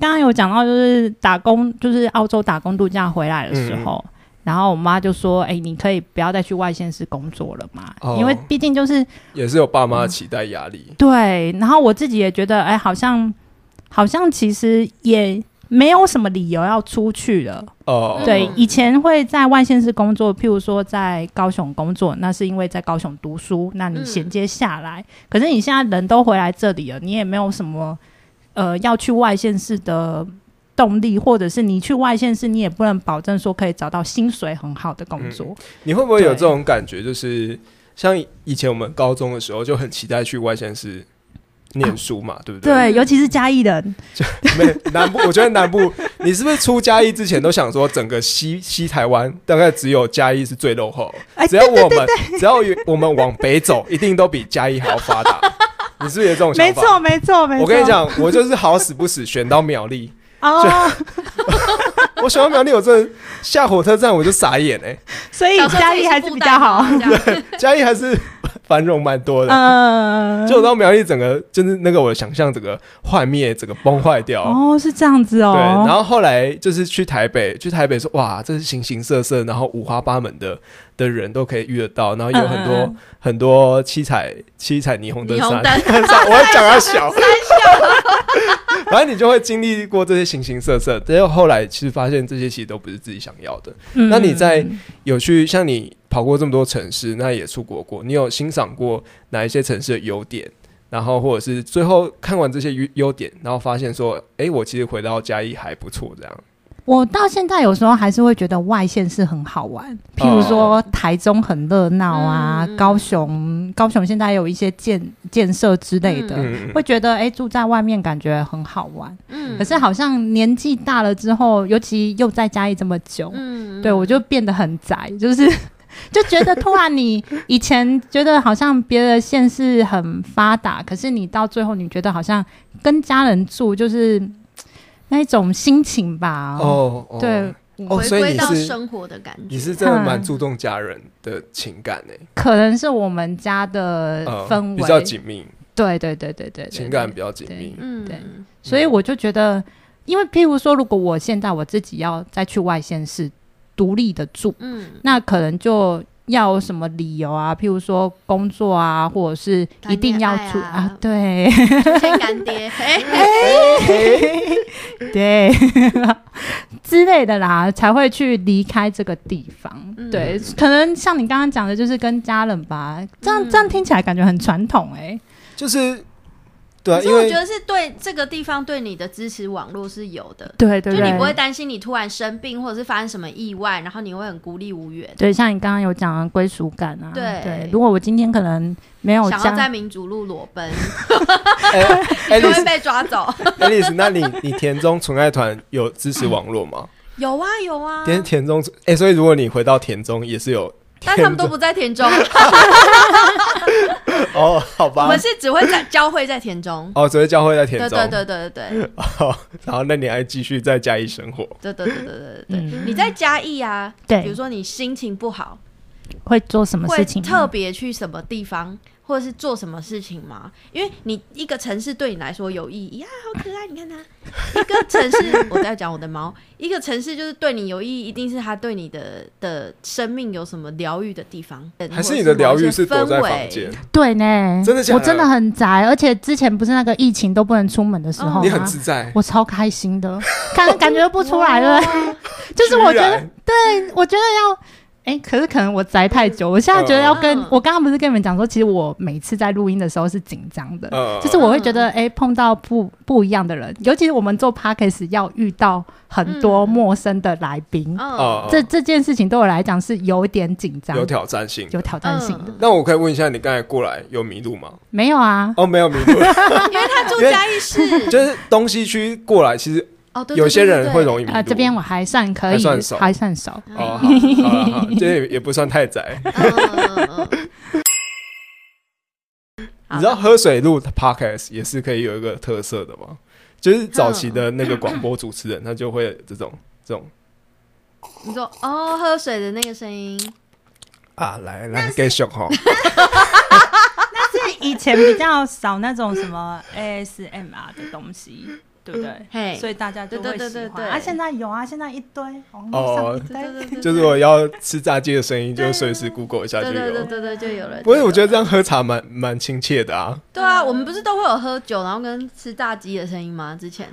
S3: 刚刚有讲到，就是打工，就是澳洲打工度假回来的
S1: 嗯
S3: 时候。然后我妈就说：“哎、你可以不要再去外县市工作了嘛，
S1: 哦
S3: 因为毕竟就是
S1: 也是有爸妈的期待压力。
S3: 对，然后我自己也觉得，哎，好像好像其实也没有什么理由要出去了。
S1: 哦，
S3: 对
S2: 嗯，
S3: 以前会在外县市工作，譬如说在高雄工作，那是因为在高雄读书，那
S1: 嗯
S3: 你衔接下来。可是你现在人都回来这里了，你也没有什么呃要去外县市的。动力，或者是你去外县市，你也不能保证说可以找到薪水很好的工作。
S1: 你会不会有
S3: 对
S1: 这种感觉？就是像以前我们高中的时候，就很期待去外县市念书嘛，对不对？
S3: 对，尤其是嘉义人，
S1: 没南部， (laughs) 我觉得南部，你是不是出嘉义之前都想说，整个西西台湾大概只有嘉义是最落后，
S3: 哎，
S1: 只要我们只要我们往北
S3: (laughs)
S1: 走，一定都比嘉义还要发达。你是不是有这种想
S3: 没
S1: 法？
S3: 错，没错，没错。
S1: 我跟你，讲，我就是好死不死选到苗栗，
S3: 哦，
S1: 我选到苗栗，我真的下火车站我就傻眼哎、
S3: (laughs) 所以
S2: 小时候
S3: 嘉
S2: 自己
S3: 义
S2: 是
S3: 还是
S2: 布
S3: 比
S2: 袋
S1: (laughs)
S3: 较好。
S2: 嘛这样
S1: 嘉义还是繁荣蛮多的。
S3: 嗯，
S1: 就我到苗栗，整个就是那个我的想象，整个幻灭，整个崩坏掉。
S3: 哦，是这样子哦。
S1: 对，然后后来就是去台北，去台北说哇，这是形形色色，然后五花八门的的人都可以遇得到，然后有很多、
S3: 嗯嗯嗯
S1: 很多七彩七彩霓虹灯
S2: 霓
S1: 山
S2: 虹灯
S1: 山 (laughs) 我要讲它
S3: (laughs)
S1: 小，反正你就会经历过这些形形色色，但是后来其实发现这些其实都不是自己想要的。
S3: 嗯
S1: 那你在有去像你跑过这么多城市，那也出国过，你有欣赏过哪一些城市的优点？然后或者是最后看完这些优优点，然后发现说，哎，我其实回到嘉义还不错，这样。
S3: 我到现在有时候还是会觉得外县是很好玩，譬如说
S1: 哦
S3: 台中很热闹啊，
S2: 嗯
S3: 高雄高雄现在有一些建建设之类的，
S1: 嗯嗯
S3: 会觉得哎、诶住在外面感觉很好玩。
S2: 嗯
S3: 可是好像年纪大了之后，尤其又在家里这么久，
S2: 嗯
S3: 对我就变得很宅，就是 (laughs) 就觉得突然你以前觉得好像别的县市很发达，可是你到最后你觉得好像跟家人住就是嗯那一种心情吧。
S1: 哦，哦
S3: 对，
S1: 哦，
S2: 回
S1: 所以
S2: 归
S1: 你
S2: 到
S1: 是
S2: 生活嗯的感觉
S1: 你。是真的蛮
S3: 嗯
S1: 注重家人
S2: (laughs)
S1: 的情感诶、
S3: 可能是我们家的
S1: 呃
S3: 氛围、
S1: 比较紧密，
S3: 对对对对对对
S1: 情感
S3: 对
S1: 比较紧密。
S2: 嗯，
S3: 对所以我就觉得，因为譬如说，如果我现在我自己要再去外县市独立的住，
S2: 嗯，
S3: 那可能就要有什么理由啊，譬如说工作啊，或者是一定要
S2: 谈
S3: 出
S2: 恋爱啊
S3: 对
S2: 出现干
S3: (laughs)
S2: 爹，哎，
S1: (laughs)
S2: (laughs)
S3: 对 (laughs) 之类的啦，才会去离开这个地方。
S2: 嗯
S3: 对，可能像你刚刚讲的，就是跟家人吧，这样、
S2: 嗯
S3: 这样听起来感觉很传统哎、欸
S1: 就是对、啊，
S2: 可是
S1: 因
S2: 我
S1: 为
S2: 觉得是对这个地方对你的支持网络是有的，
S3: 对对
S2: 就
S3: 对，
S2: 你不会担心你突然生病或者是发生什么意外，然后你会很孤立无援。
S3: 对，像你刚刚有讲的归属感啊，
S2: 对
S3: 如果我今天可能没有
S2: 想要在
S3: 家，
S2: 民主路裸奔， (laughs)
S1: 爱
S2: 就
S1: 丽
S2: 会
S1: 丝
S2: 被抓走。
S1: 爱丽丝，哎那你你田中纯爱团有支持网络吗？
S2: 有啊有啊，
S1: 田田中哎、所以如果你回到田中也是
S2: (laughs)
S1: 有
S2: 但他们都不在
S1: (laughs)
S2: 田中，
S1: 哦，好
S2: 我
S1: 吧
S2: 们，是只会在交汇在田中。
S1: 哦，只会教会在田
S2: 对
S1: 中，
S2: 对对对对对
S1: 哦，然后那你还继续在嘉义生活，
S2: 对对对对对对，
S3: 嗯
S2: 你在嘉义啊，
S3: 对
S2: 比如说你心情不好，
S3: 会做什么
S2: 会
S3: 事情吗？
S2: 特别去什么地方，或者是做什么事情吗？因为你一个城市对你来说有意义啊，好可爱，你看
S3: (laughs)
S2: 它。一个城市，我在讲我的猫，一个城市就是对你有意义，一定是它对你的的生命有什么疗愈的地方，
S1: 还是你的疗愈是
S2: 或者
S1: 躲
S2: 是某
S1: 在
S2: 一些
S1: 房间
S2: 氛围？？
S3: 对呢，
S1: 真的假的
S3: 我真的很宅，而且之前不是那个疫情都不能出门的时候吗？
S1: 嗯你很自在，
S3: 我超开心的，感感觉不出来了，就是我觉
S1: 居
S3: 得
S1: 然
S3: 我觉得要，哎、可是可能我宅太久，我现在觉得要跟、
S2: 嗯
S3: 我刚刚不是跟你们讲说，其实我每次在录音的时候是紧张的，
S1: 呃，
S3: 就是我会觉得，
S2: 嗯
S3: 哎、碰到不不一样的人，尤其是我们做 podcast 要遇到很多
S2: 嗯
S3: 陌生的来宾，
S2: 嗯，
S1: 呃
S3: 这这件事情对我来讲是有点紧张，
S1: 有挑战性。
S3: 有挑战性的。
S2: 嗯
S1: 那我可以问一下，你刚才过来有迷路吗？
S3: 没有啊，
S1: 哦，没有迷
S3: (laughs)
S1: 路，
S2: 因为它住嘉义市，
S1: 就是东西区过来，其实
S2: 哦，对，对
S1: 有些人会
S2: 对嗯
S1: 容易迷路。
S3: 呃，这边我还算可以，
S1: 还算熟
S3: 还算熟
S2: 对
S3: (laughs)
S1: 哦，好，好了，好这也也不算太窄。
S2: 嗯
S1: (laughs)
S2: 嗯嗯嗯嗯
S1: 你知道喝水录 podcast 也是可以有一个特色的吗？就是早期的那个广播主持人，他就会这种这种
S2: 你说哦，喝水的那个声音，
S1: 啊，来来给小哈，
S4: 是以前比较少那种什么 ASMR 的东西，对不对？
S2: 嗯嘿，
S4: 所以大家就会喜
S2: 对
S4: 欢。
S2: 对对对对
S4: 啊，现在有啊，现在一堆网络上
S1: 哦
S4: 一堆。
S2: 对对对，
S1: 就是我要吃炸鸡的声音，就随
S2: (laughs)
S1: 时 Google 一下就
S2: 对对对
S1: 有。
S2: 对对，就有了。
S1: 不是，
S2: 就有
S1: 我觉得
S2: 了
S1: 这样喝茶蛮蛮亲切的啊。
S2: 对啊，我们不是都会有喝酒，然后跟吃炸鸡的声音吗？之前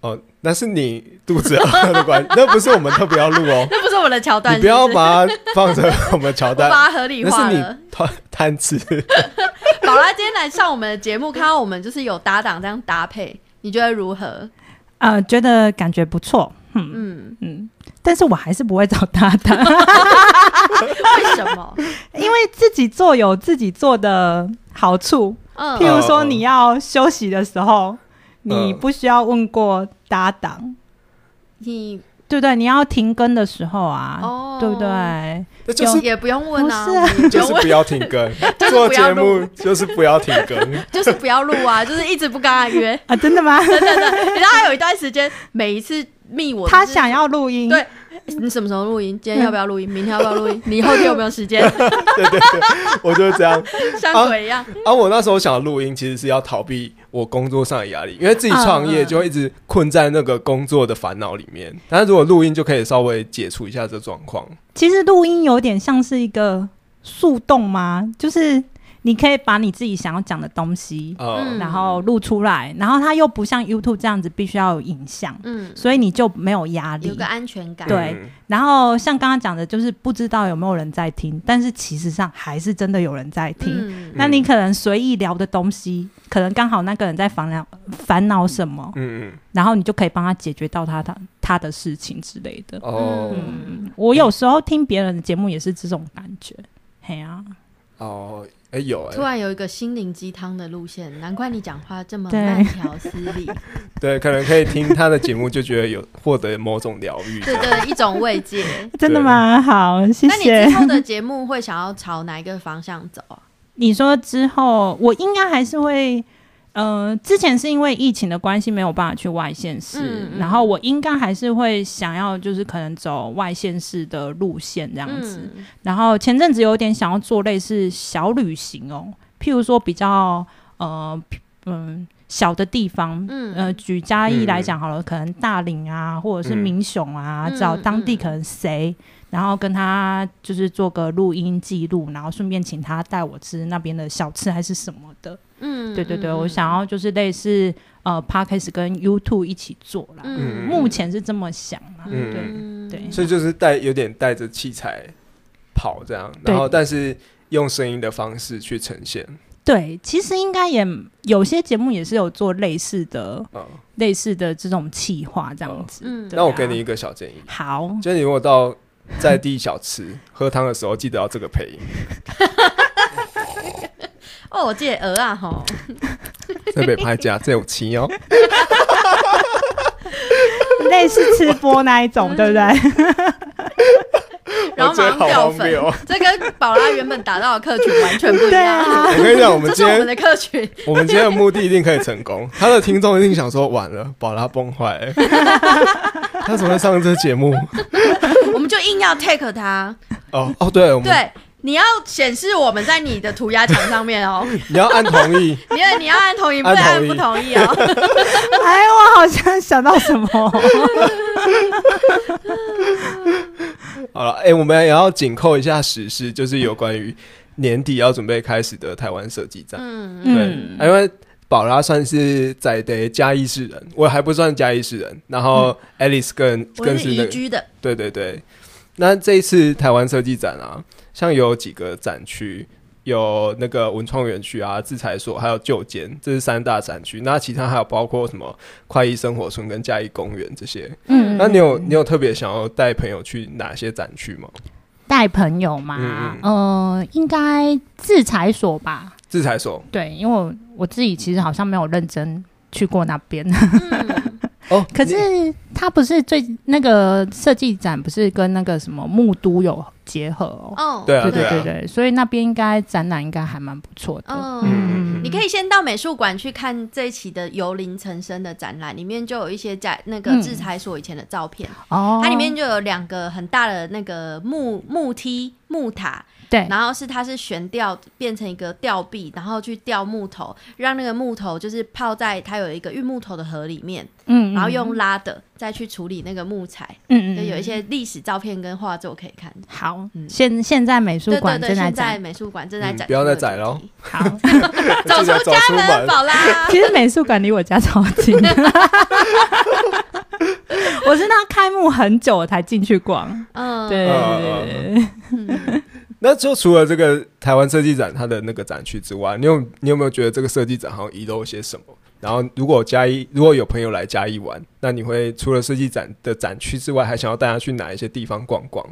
S1: 哦，那是你肚子饿的关系， (laughs) 那不是我们特别要录
S2: (laughs)
S1: 哦。
S2: 那不 (laughs) 是我的桥段，
S1: 你不要
S2: 是是
S1: 把它放成我们乔
S2: (laughs) 我把
S1: 丹，
S2: 它合理
S1: 那
S2: 化
S1: 是你
S2: 了。
S1: 贪 (laughs) 贪吃。
S2: 宝拉今天来上我们的节目，看到我们就是有搭档这样搭配，你觉得如何？
S4: 呃，觉得感觉不错，嗯
S2: 嗯，
S4: 嗯，但是我还是不会找搭档，
S2: 为什么？
S4: (laughs) 因为自己做有自己做的好处，譬
S2: 嗯，
S4: 如说你要休息的时候，你
S1: 嗯
S4: 不需要问过搭档，
S2: 你
S4: 对不对？你要停更的时候啊，
S2: 哦
S4: 对不对？
S1: 那就是
S2: 也不用问啊，
S4: 不
S2: 我
S4: 是
S2: 们也不
S1: 就
S2: 用
S1: 是不
S2: 问，
S1: 要停更，
S2: (laughs) 就是
S1: 做
S2: 不要
S1: 节
S2: 录
S1: 目就是不要停更。
S2: 就是不要录啊，就是一直不跟他约。
S4: 啊，真的吗？
S2: 你知道他有一段时间，每一次密我，
S4: 他
S2: 就是
S4: 想要录音，
S2: 对你什么时候录音？今天要不要录音？明天要不要录音？你后天有没有时间？
S1: 对对对，我就是这样。
S2: 像鬼一样。
S1: 啊，我那时候想录音，其实是要逃避我工作上的压力，因为自己创
S4: 嗯
S1: 业就会一直困在那个工作的烦恼里面。但是如果录音，就可以稍微解除一下这状况。
S4: 其实录音有点像是一个树洞吗？就是你可以把你自己想要讲的东西，
S1: 呃，
S2: 嗯
S4: 然后录出来，然后它又不像 YouTube 这样子必须要有影像，
S2: 嗯，
S4: 所以你就没有压
S2: 有
S4: 力
S2: 个。安全感。
S4: 对
S1: 嗯
S4: 然后像刚刚讲的，就是不知道有没有人在听，但是其实上还是真的有人在听。
S2: 嗯
S4: 那你可能随意聊的东西，可能刚好那个人在烦恼烦恼什么，
S1: 嗯嗯，
S4: 然后你就可以帮他解决到他他他的事情之类的。
S1: 哦
S2: 嗯，
S4: 我有时候听别人的节目也是这种感觉，嘿啊，
S1: 哦，哎、有哎、
S2: 突然有一个心灵鸡汤的路线，难怪你讲话这么
S4: 对
S2: 慢条斯理，
S1: 对，可能可以听他的节目，就觉得有获得某种疗愈。
S2: 对对，一种慰藉。
S4: 真的吗？好，谢
S2: 那你
S4: 谢。
S2: 之后的节目会想要朝哪一个方向走啊？
S4: 你说之后，我应该还是会，呃，之前是因为疫情的关系没有办法去外县市，
S2: 嗯嗯
S4: 然后我应该还是会想要就是可能走外县市的路线这样子。
S2: 嗯
S4: 然后前阵子有点想要做类似小旅行哦，譬如说比较呃嗯小的地方，
S2: 嗯
S4: 呃举嘉义
S1: 嗯
S4: 来讲好了，可能大岭啊，或者是
S1: 嗯
S4: 民雄啊，
S2: 嗯
S4: 找当地
S2: 嗯
S4: 可能谁，然后跟他就是做个录音记录，然后顺便请他带我吃那边的小吃还是什么的。
S2: 嗯
S4: 对对对，我想要就是类似呃 p a d k a s 跟 YouTube 一起做啦，
S1: 嗯
S4: 目前是这么想啦，
S1: 嗯
S4: 对。
S2: 嗯
S4: 对
S1: 所以就是带有点带着器材跑这样，然后但是用声音的方式去呈现。
S4: 对，其实应该也有些节目也是有做类似的、
S1: 嗯，
S4: 类似的这种企划这样子。
S2: 嗯
S4: 对啊
S1: 那我给你一个小建议，
S4: 好，
S1: 就是你如果到在地小吃喝汤的时候，记得要这个配音，
S2: 哦，我记得鹅啊吼，
S1: 特别拍家这有七哦。
S4: 类似吃播那一
S2: 嗯
S4: 种，对不对？
S2: 然后马上
S1: 我觉得好
S2: 掉粉
S1: 荒谬哦，
S2: (laughs) 这跟宝拉原本打到的客群完全不一
S4: 对
S2: 样。 (laughs)
S4: 啊，
S1: 我跟你讲，我们
S2: 这
S1: 今
S2: 是我
S1: 天
S2: 们的客群，
S1: 我们今天的目的一定可以成功。他的听众一定想说，完了，宝拉崩坏了， (laughs) 他怎么会上这节目？
S2: 我们就硬要 take 他。
S1: 哦哦，对，我们
S2: 对，你要显示我们在你的涂鸦墙上
S1: (laughs)
S2: 面哦，
S1: 你要按同意，
S2: 你要你要按同意，不能
S1: 按
S2: 按
S1: 同意
S2: 不同意
S1: (laughs)
S2: 哦。
S3: 哎，我好像想到什
S4: (laughs)
S3: 么，
S1: 好了，哎、我们也要紧扣一下时事，就是有关于年底要准备开始的台湾设计展。
S2: 嗯，
S1: 对，
S3: 嗯，
S1: 因为宝拉算是在的嘉义市人，我还不算嘉义市人。然后 Alice 更、
S2: 嗯我
S1: 更
S2: 是
S1: 是那
S2: 宜
S1: 个，
S2: 居的，
S1: 对对对。那这一次台湾设计展啊，像有几个展区，有那个文创园区啊、制裁所，还有旧间，这是三大展区。那其他还有包括什么快意生活村跟嘉义公园这些。
S3: 嗯
S1: 那你有你有特别想要带朋友去哪些展区吗？
S4: 带朋友嘛，
S1: 嗯
S4: 呃，应该制裁所吧？
S1: 制裁所
S4: 对，因为我我自己其实好像没有认真去过那边，
S2: 嗯
S1: 哦，
S4: 可
S1: 你
S4: 是它不是最那个设计展不是跟那个什么木都有结合哦？
S2: 哦，
S1: 对啊
S4: 对对
S1: 啊
S4: 对对，所以那边应该展览应该还蛮不错的。
S2: 嗯。
S1: 嗯
S2: 你可以先到美术馆去看这一期的《游林成生》的展览，里面就有一些在那个
S4: 嗯
S2: 制裁所以前的照片，
S4: 哦，
S2: 它里面就有两个很大的那个木木梯木塔，
S4: 对
S2: 然后是它是悬吊变成一个吊臂，然后去吊木头，让那个木头就是泡在它有一个运木头的河里面，
S4: 嗯，嗯
S2: 然后用拉的再去处理那个木材，
S4: 嗯
S2: 就
S4: 嗯
S2: 有一些历史照片跟画作可以看。
S4: 好
S2: 嗯，
S4: 现现在美术
S2: 对对
S4: 馆
S2: 对，
S4: 正在
S2: 现在
S4: 展，
S2: 美术馆正在
S1: 嗯
S2: 展，
S1: 不要再宰咯
S2: 了，
S4: 好，
S2: (laughs) 走
S1: 记得
S2: 出家
S1: 走出
S2: 门，
S1: 门
S4: (laughs)
S2: 宝拉。
S3: 其实美术馆离我家超近， (laughs) 我是到开幕很久才进去逛，
S2: 嗯，
S1: 呃
S3: 对对对对，
S1: (laughs) 那就除了这个台湾设计展它的那个展区之外，你有你有没有觉得这个设计展好像遗漏些什么？然后如果嘉义如果有朋友来嘉义玩，那你会除了设计展的展区之外，还想要带他去哪一些地方逛逛？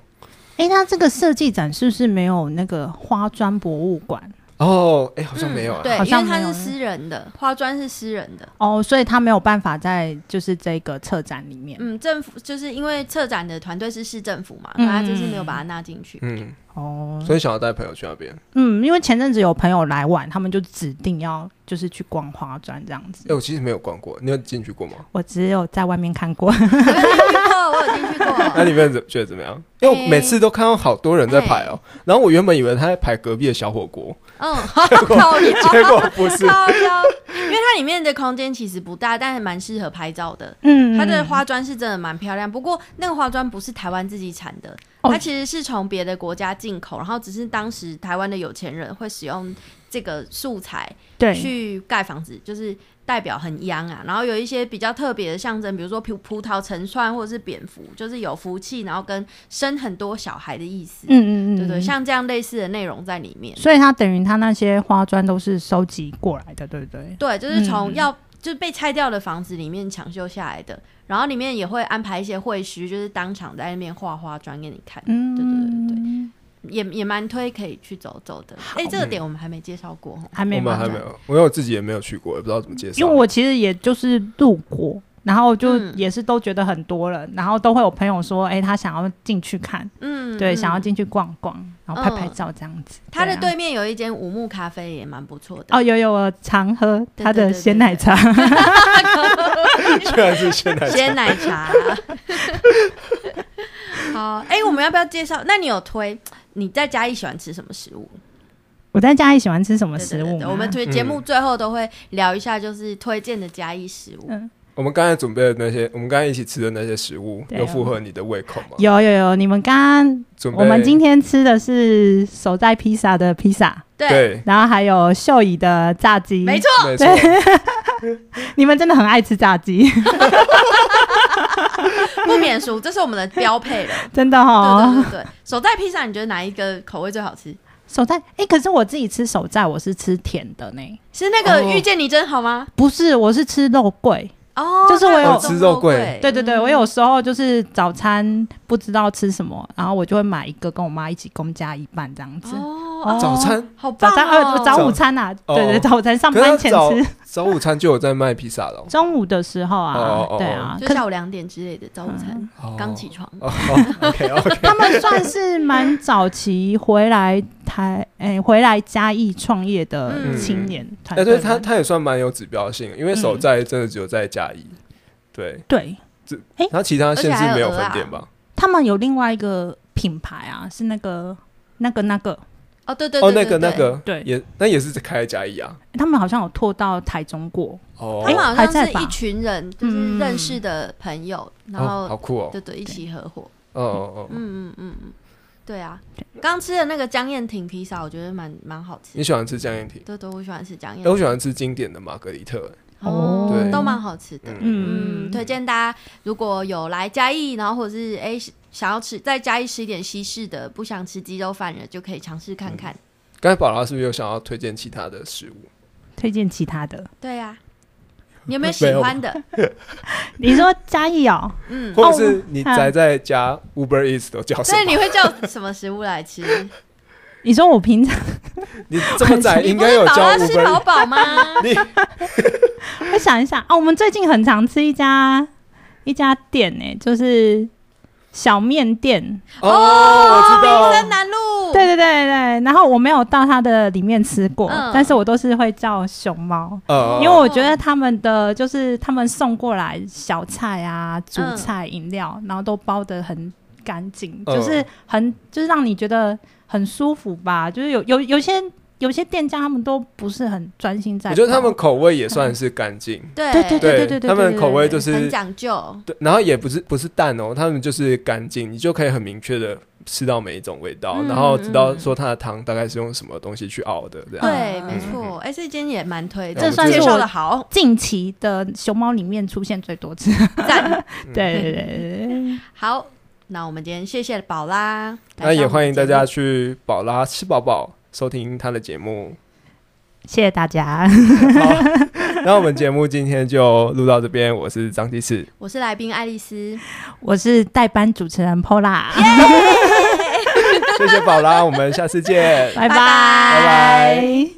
S4: 哎，那这个设计展是不是没有那个花砖博物馆？
S1: 哦，哎，好像没有啊。
S2: 对，
S4: 好
S2: 因
S4: 像
S2: 为它
S4: 没有
S2: 是私人的，花砖是私人的。
S4: 哦，所以他没有办法在就是这个策展里面。
S2: 嗯，政府就是因为策展的团队是市政府嘛，
S4: 嗯
S2: 他就是没有把它纳进去。 (laughs)
S1: 嗯，
S4: 哦，
S1: 所以想要带朋友去那边。
S4: 嗯，因为前阵子有朋友来玩，他们就指定要就是去逛花砖这样子。
S1: 哎、我其实没有逛过，你有进去过吗？
S4: 我只有在外面
S3: (laughs)
S4: 看过，
S2: 我有进去过，我有进去
S1: (laughs) 那
S2: 过。
S1: 你们怎觉得怎么
S4: (laughs)
S1: 样？因为我每次都看到好多人在排哦、
S4: 哎
S1: 然后我原本以为他在排隔壁的小火锅，
S2: 嗯， (laughs) 靠腰，
S1: (laughs) 结果不是。
S2: 靠腰，因为它里面的空间其实不大，但是蛮适合拍照的。
S4: 嗯
S2: 它的花砖是真的蛮漂亮，不过那个花砖不是台湾自己产的，
S4: 哦
S2: 它其实是从别的国家进口，然后只是当时台湾的有钱人会使用这个素材，
S4: 嗯对，
S2: 去盖房子，就是代表很央啊。然后有一些比较特别的象征，比如说葡葡萄成串或者是蝙蝠，就是有福气，然后跟生很多小孩的意思。
S4: 嗯嗯嗯，
S2: 对对，像这样类似的内容在里面。
S4: 所以他等于他那些花砖都是收集过来的，对不对？
S2: 对，就是从
S4: 嗯
S2: 要、就是被拆掉的房子里面抢修下来的，然后里面也会安排一些会师，就是当场在那边画花砖给你看，
S4: 嗯，
S2: 对对
S4: 对对，
S2: 也也蛮推可以去走走的。
S4: 好
S2: 哎、这个点我们还没介绍过哦。
S4: 还 (laughs) 没
S1: 我们
S4: 吗
S1: 还没，有，因为我自己也没有去过，也不知道怎么介绍。
S4: 因为我其实也就是路过。然后就
S2: 嗯
S4: 也是都觉得很多人，然后都会有朋友说，哎，他想要进去看，
S2: 嗯，
S4: 对，
S2: 嗯
S4: 想要。进去逛逛，然后拍拍
S2: 嗯
S4: 照这样子。
S2: 它的
S4: 啊
S2: 对面有一间五木咖啡，也蛮不错的。
S4: 哦，有有，我常喝
S2: 对
S4: 他
S2: 对
S4: 的
S2: 对
S4: 鲜
S2: 对
S4: 奶
S2: 对
S4: 茶。
S1: (laughs)
S4: (laughs)
S1: 居然是现在
S2: 鲜奶茶。 (laughs) 好，哎、我们要不要介绍？那你有推你在家里喜欢吃什么食物？
S4: 我在家里喜欢吃什么
S2: 对对
S4: 食
S2: 对
S4: 物
S2: 对
S4: 吗？
S2: 我们推
S1: 嗯
S2: 节目最后都会聊一下，就是推荐的嘉义食物。
S4: 嗯
S1: 我们刚才准备的那些，我们刚才一起吃的那些食物，
S4: 对啊
S1: 有符合你的胃口吗？
S4: 有有有，你们刚
S1: 准备
S4: 我们今天吃的是手在披萨的披萨，
S2: 对，
S1: 对，
S4: (laughs) 然后还有秀姨的炸鸡。
S2: 没错，
S1: 没错，
S4: 你们真的很爱吃炸鸡，
S2: (laughs) 不免俗，这是我们的标配了。
S4: 真的
S2: 对
S4: 哦。
S2: 对对对，手在披萨，你觉得哪一个口味最好吃？
S4: 手在哎、可是我自己吃手在，我是吃甜的呢，
S2: 是那个
S1: 哦
S2: 遇见你真好吗？
S4: 不是，我是吃肉桂。
S2: 哦，
S4: 就是我有
S2: 它
S1: 吃肉桂
S2: 桂
S4: 对对对，我有时候就是早餐不知道吃什么，然后我就会买一个跟我妈一起公家一半这样子。
S2: 哦，
S1: 早餐，
S2: 好棒
S4: 早
S2: 哦！
S4: 餐呃早午餐呐、啊，
S1: 哦
S4: (laughs) 对对，早午餐上
S1: 可
S4: 班
S1: 是
S4: 前
S1: 早
S4: 吃，
S1: 早午餐就有在卖披萨
S4: (laughs)
S1: 了
S4: 中午的时候啊，
S1: 哦哦哦
S4: 对啊，
S2: 就
S4: 可是
S2: 下午两点之类的早午餐，
S1: 哦。
S2: 刚起床。
S1: 哦，OK
S4: (laughs)
S1: OK，
S4: 他们算是蛮早期回来台，诶、回来嘉义创业的青年团
S1: 哎，
S4: 队
S1: 对
S4: 嘛、
S1: 他他也算蛮有指标性的，因为
S4: 嗯
S1: 手在真的只有在嘉义，对，
S4: 对
S1: 然后其他县市没有分店吧？
S4: 啊他们有另外一个品牌啊，是那个那个那个
S2: 哦，对对
S1: 哦，
S2: 对，
S1: 那
S2: 对
S1: 个那，
S2: 对
S1: 个，
S4: 对
S1: 也那也是开在嘉义啊。
S4: 他们好像有拓到台中过，
S1: 哦
S2: 他，们好
S4: 哎还
S2: 像
S4: 在
S2: 是
S4: 吧嗯
S2: 一群人，就是认识的朋友，然
S1: 哦，好
S2: 后
S1: 酷哦。
S2: 对对一起合伙，
S1: 哦哦哦，
S2: 嗯嗯嗯嗯，对啊，刚吃的那个江燕挺披萨，我觉得蛮蛮好吃
S1: 你
S2: 的，
S1: 喜欢吃江燕蹄？
S2: 对对，我喜欢吃江
S4: 嗯
S2: 燕
S1: 哎，我喜欢吃经典的玛格丽特。
S2: 哦
S1: 对
S2: 都蛮好吃的。
S1: 嗯
S2: 嗯，推荐大家如果有来嘉义，然后或者是哎、想要吃在嘉义吃一点西式的，不想吃鸡肉饭的，就可以尝试看看。
S1: 刚才宝拉是不是有想要推荐其他的食物？
S4: 推荐其他的。
S2: 对 (laughs) 呀、你有没有
S1: 没
S2: 喜
S1: 有
S2: 欢的？
S4: 你说嘉义哦，
S2: 嗯，
S1: 或者是你宅在家 Uber Eats 都叫什
S2: (laughs) 所以你
S1: 么？
S2: 会叫什么食物来吃？
S4: 你说我平常
S1: 你这么
S4: (laughs)
S1: 宅
S2: 你
S1: 应
S2: 不
S1: 该
S2: 是
S1: 有
S2: 宝
S1: 叫
S2: 拉吃
S1: Uber
S2: 饱
S1: Eats。
S2: 饱 (laughs) 吗？
S1: 你
S4: 我想一下哦，我们最近很常吃一家一家店呢、就是小面店。
S1: 哦，我知道
S2: 民生南路。
S4: 对对对对，然后我没有到它的里面吃过，
S2: 嗯
S4: 但是我都是会叫熊猫，
S1: 呃，
S4: 因为我觉得他们的就是他们送过来小菜啊、主
S2: 嗯
S4: 菜、饮料，然后都包的很干净，
S1: 嗯
S4: 就是很就是让你觉得很舒服吧。就是有有有些有些店家他们都不是很专心在
S1: 我
S4: 包，
S1: 觉得他们口味也算是干净，
S2: 对
S4: 对对嗯对对对对，
S1: 他们口味
S4: 对
S1: 就
S2: 很
S1: 是
S2: 讲究。
S1: 对，然后也不是不是淡哦，他们就是干净，你就可以很明确的吃到每一种味道，
S2: 嗯
S1: 然后知道说它的汤大概是用什么东西去熬的这样。
S2: 对，
S4: 嗯
S2: 没错。哎，这间也蛮推的，
S1: 这算是
S2: 介
S1: 我
S2: 绍的好，
S4: 近期的熊猫里面出现最多次。
S2: 赞。
S4: (laughs) 对对对对对，
S2: 好，那我们今天谢谢宝拉，
S1: 那也欢迎大家
S2: 来上我们的节目。
S1: 去宝拉吃饱饱收听他的节目。
S4: 谢谢大家，
S1: 好，那我们节目今天就录到这边，我是张鸡翅，
S2: 我是来宾爱丽丝，
S4: 我是代班主持人 Pola，
S1: 谢谢宝拉，我们下次见。
S2: 拜拜
S4: 拜
S1: 拜
S4: 拜